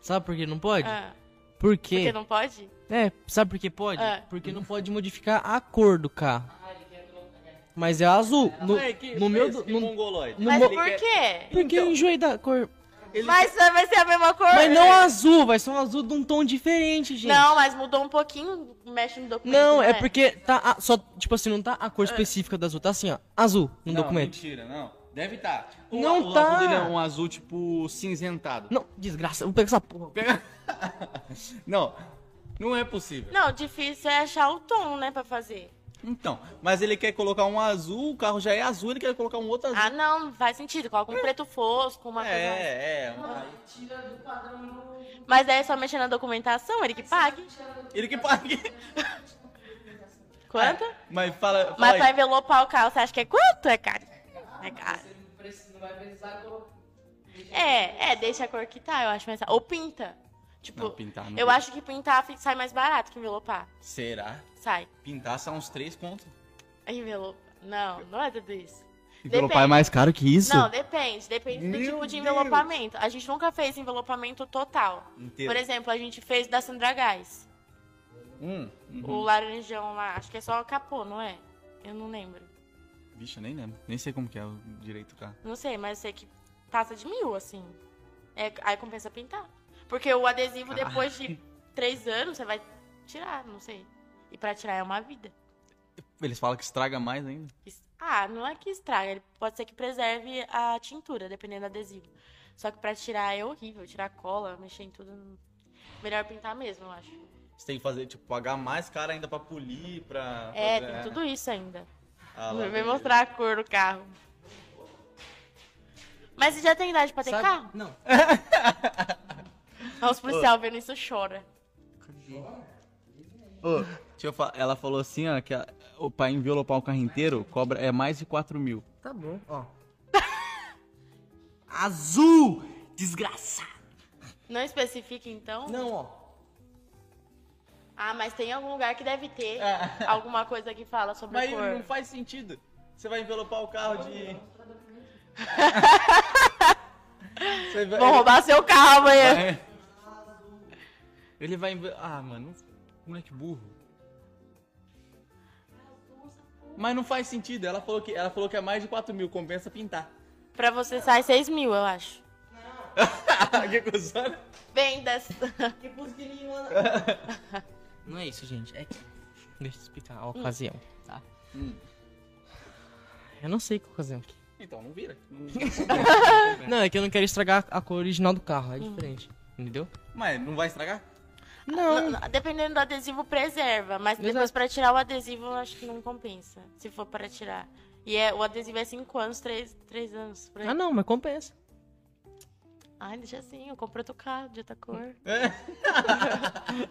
Sabe por que não pode? Ah, Por porque quê? não pode? É, sabe por que pode? É. Porque não pode modificar a cor do carro. Mas é azul. No, Ué, que- no meu... esse do- que é no- mongoloide. no Mas mo- Ele por quer- quê? porque eu enjoei da cor. ele Mas vai ser a mesma cor? Mas não azul, vai ser um azul de um tom diferente, gente. Não, mas mudou um pouquinho, mexe no documento. Não, é né? porque tá a- só, tipo assim, não tá a cor específica do azul, tá assim, ó, azul no Não, documento. Mentira, não. Deve estar. Não o tá. azul dele é um azul tipo cinzentado. Não, desgraça, eu vou pegar essa porra. Pega- Não, não é possível. Não, difícil é achar o tom, né, pra fazer. Então, mas ele quer colocar um azul, o carro já é azul, ele quer colocar um outro azul. Ah, não, não faz sentido. Coloca um preto fosco, uma coisa mais. é, é. Mas daí é só mexer na documentação, ele que pague. É. Ele que paga. Quanto? É. Mas fala, fala Mas pra aí. envelopar o carro, você acha que é quanto? É caro. É caro. É, é, deixa a cor que tá, eu acho mais. Ou pinta. Tipo, Não, pintar não eu pinta. acho que pintar fi- sai mais barato que envelopar. Será? Sai. Pintar são uns três pontos. Envelopa. Não, não é tudo isso. Envelopar é mais caro que isso? Não, depende. Depende do Meu tipo Deus. de envelopamento. A gente nunca fez envelopamento total. Inteiro. Por exemplo, a gente fez da Sandra Gás. Hum, uhum. O laranjão lá. Acho que é só capô, não é? Eu não lembro. Vixe, eu nem lembro. Nem sei como que é o direito do carro. Não sei, mas eu sei que passa de mil, assim. É, aí compensa pintar. Porque o adesivo, depois de três anos, você vai tirar, não sei. E pra tirar é uma vida. Eles falam que estraga mais ainda. Es- Ah, não é que estraga, ele pode ser que preserve a tintura, dependendo do adesivo. Só que pra tirar é horrível, tirar cola, mexer em tudo. não- Melhor pintar mesmo, eu acho. Você tem que fazer, tipo, pagar mais caro ainda pra polir, pra... É, fazer- tem tudo isso ainda. Ah, né? lá, Vem tem- mostrar a cor do carro. Mas você já tem idade pra ter Sabe- carro? Não. Ah, Os policial vendo isso chora. Ô, deixa eu falar. Ela falou assim, ó, que a, o pai envelopar o carro inteiro cobra é mais de 4 mil. Tá bom, ó. azul! Desgraça! Não especifica então? Não, ó. Ah, mas tem algum lugar que deve ter alguma coisa que fala sobre Ah. Mas a cor. não faz sentido. Você vai envelopar o carro de. Você vai... Vão roubar seu carro amanhã. Vai- Ele vai. enve- Ah, mano, moleque burro. Mas não faz sentido. Ela falou que, ela falou que é mais de 4 mil. Compensa pintar. Pra você sai 6 mil, eu acho. que né? cuzona. Vendas. Não é isso, gente. É que... Deixa eu explicar Hum. a ocasião, tá? Eu não sei que ocasião que Então, não vira. Não- Não, é que eu não quero estragar a cor original do carro, Hum. é diferente. Entendeu? Mas não vai estragar? Não, não, Dependendo do adesivo, preserva. Mas depois, Exato. pra tirar o adesivo, eu acho que não compensa. Se for pra tirar. E é, o adesivo é 5 anos, 3, três anos. Por aí. Ah, não, mas compensa. Ai, deixa assim, eu compro outro carro de outra cor. É.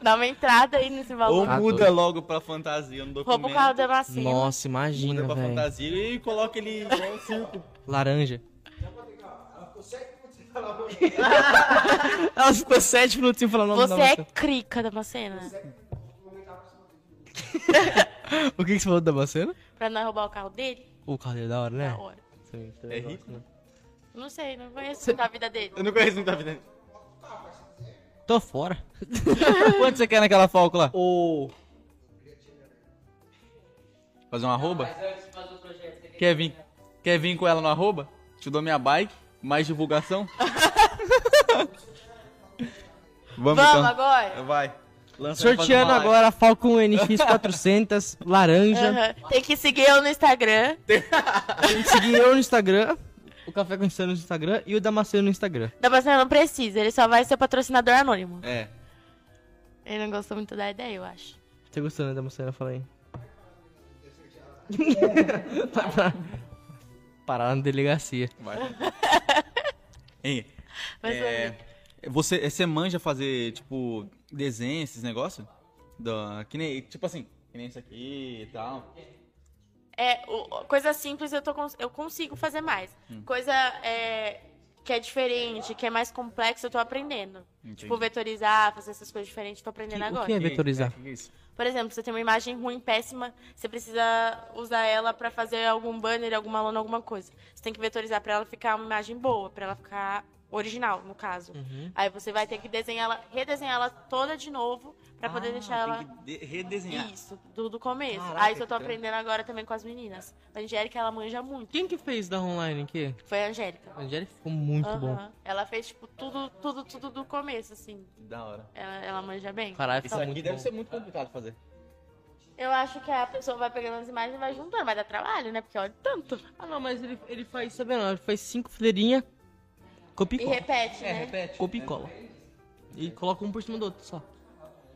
Dá uma entrada aí nesse Ou valor. Tá muda doido. logo pra fantasia no documento. Rouba o carro da Macena. Nossa, Muda imagina, pra velho. fantasia e coloca ele igual um circo. Laranja. Ela ficou sete minutos sem falar o nome da Você é maçã. crica da Macena. O que, que você falou da Bacena? Pra não roubar o carro dele, O carro dele é da hora, né? da hora. É rico, né? Não sei, não conheço da vida dele. Eu não tá conheço muita vida. Tô fora. Quanto você quer naquela falco lá? Ô. Fazer um arroba? Mas antes de fazer o projeto, você Quer vir, quer vir com ela no arroba? Te dou minha bike, mais divulgação. Vamos, Vamos então. agora? Vai. Lança Sorteando faz uma live. agora um a Falcon NX400 laranja. Aham. Tem que seguir eu no Instagram. Tem que seguir eu no Instagram, o Café com Insano no Instagram e o Damasceno no Instagram. Da Bacena não precisa, ele só vai ser patrocinador anônimo. É. Ele não gostou muito da ideia, eu acho. Você gostou, né, Damasceno? Fala aí. Vai pra- Parar na delegacia. Vai. Hein, Mas é, você, você manja fazer, tipo, desenho, esses negócios? Da, que nem, tipo assim, que nem isso aqui e tal. É, o- o- coisa simples eu, tô, cons- eu consigo fazer mais. Hum. Coisa é, que é diferente, que é mais complexa, eu tô aprendendo. Entendi. Tipo, vetorizar, fazer essas coisas diferentes, tô aprendendo Que- o agora. que é vetorizar? Que, que é isso? Por exemplo, você tem uma imagem ruim, péssima, você precisa usar ela pra fazer algum banner, alguma lona, alguma coisa. Você tem que vetorizar pra ela ficar uma imagem boa, pra ela ficar original, no caso. Uhum. Aí você vai ter que desenhar ela, redesenhar ela toda de novo pra poder Ah, deixar ela Tem que de- redesenhar. isso, do, do começo. Caraca, Aí isso eu tô que aprendendo agora também com as meninas. A Angélica, ela manja muito. Quem que fez da online aqui? Foi a Angélica. A Angélica ficou muito bom. Aham. Ela fez, tipo, tudo, tudo, tudo do começo, assim. Da hora. Ela, ela manja bem. Caralho, Isso ficou aqui muito deve bom. ser muito complicado fazer. Eu acho que a pessoa vai pegando as imagens e vai juntando. Vai dar trabalho, né? Porque olha o tanto. Ah, não, mas ele, ele faz, sabendo, ele faz cinco fileirinhas, copia E e cola. repete, né? Copia e cola. E coloca um por cima do outro só.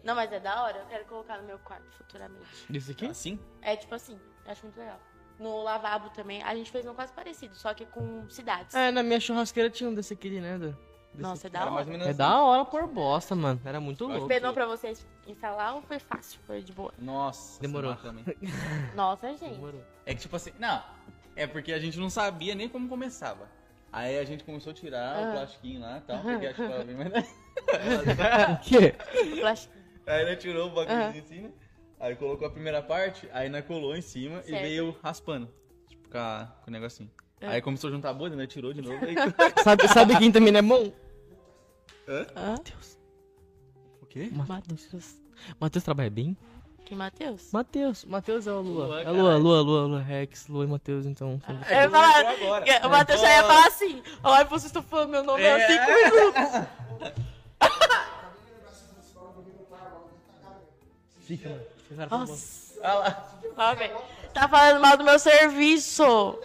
Não, mas é da hora. Eu quero colocar no meu quarto futuramente. Isso aqui? Assim? É tipo assim, eu acho muito legal. No lavabo também, a gente fez um quase parecido, só que com cidades. É, na minha churrasqueira tinha um desse aqui, né? do- desse- Nossa, é da Era mais hora. ou menos É assim. da hora por bosta, mano. Era muito Acho louco. Penou pra vocês instalar ou foi fácil? Foi de boa? Nossa. Demorou. essa marca também. Nossa, gente. Demorou. É que tipo assim, não, é porque a gente não sabia nem como começava. Aí a gente começou a tirar o plastiquinho lá e tal, porque acho que tava bem mais... O quê? Eu acho- Aí nós tirou o bagulho em cima, aí colocou a primeira parte, aí nós colou em cima e Certo. veio raspando, tipo com, a- com o negocinho. Aí começou a juntar a bolha, né? Tirou de novo. Aí... Sabe, sabe quem também não é bom? Hã? o quê? Matheus. Matheus trabalha bem? Quem, Matheus? Matheus. Matheus é o Lua. Luan, é o Lua, Lua, Lua, Lua, Rex, Lua e Matheus, então. são- É, Eu ia Ele falar- entrou agora. O Matheus já ia falar assim. Ai, vocês estão falando meu nome é assim É. Fica, mano. Nossa, Ah lá. lá vem. Tá falando mal do meu serviço.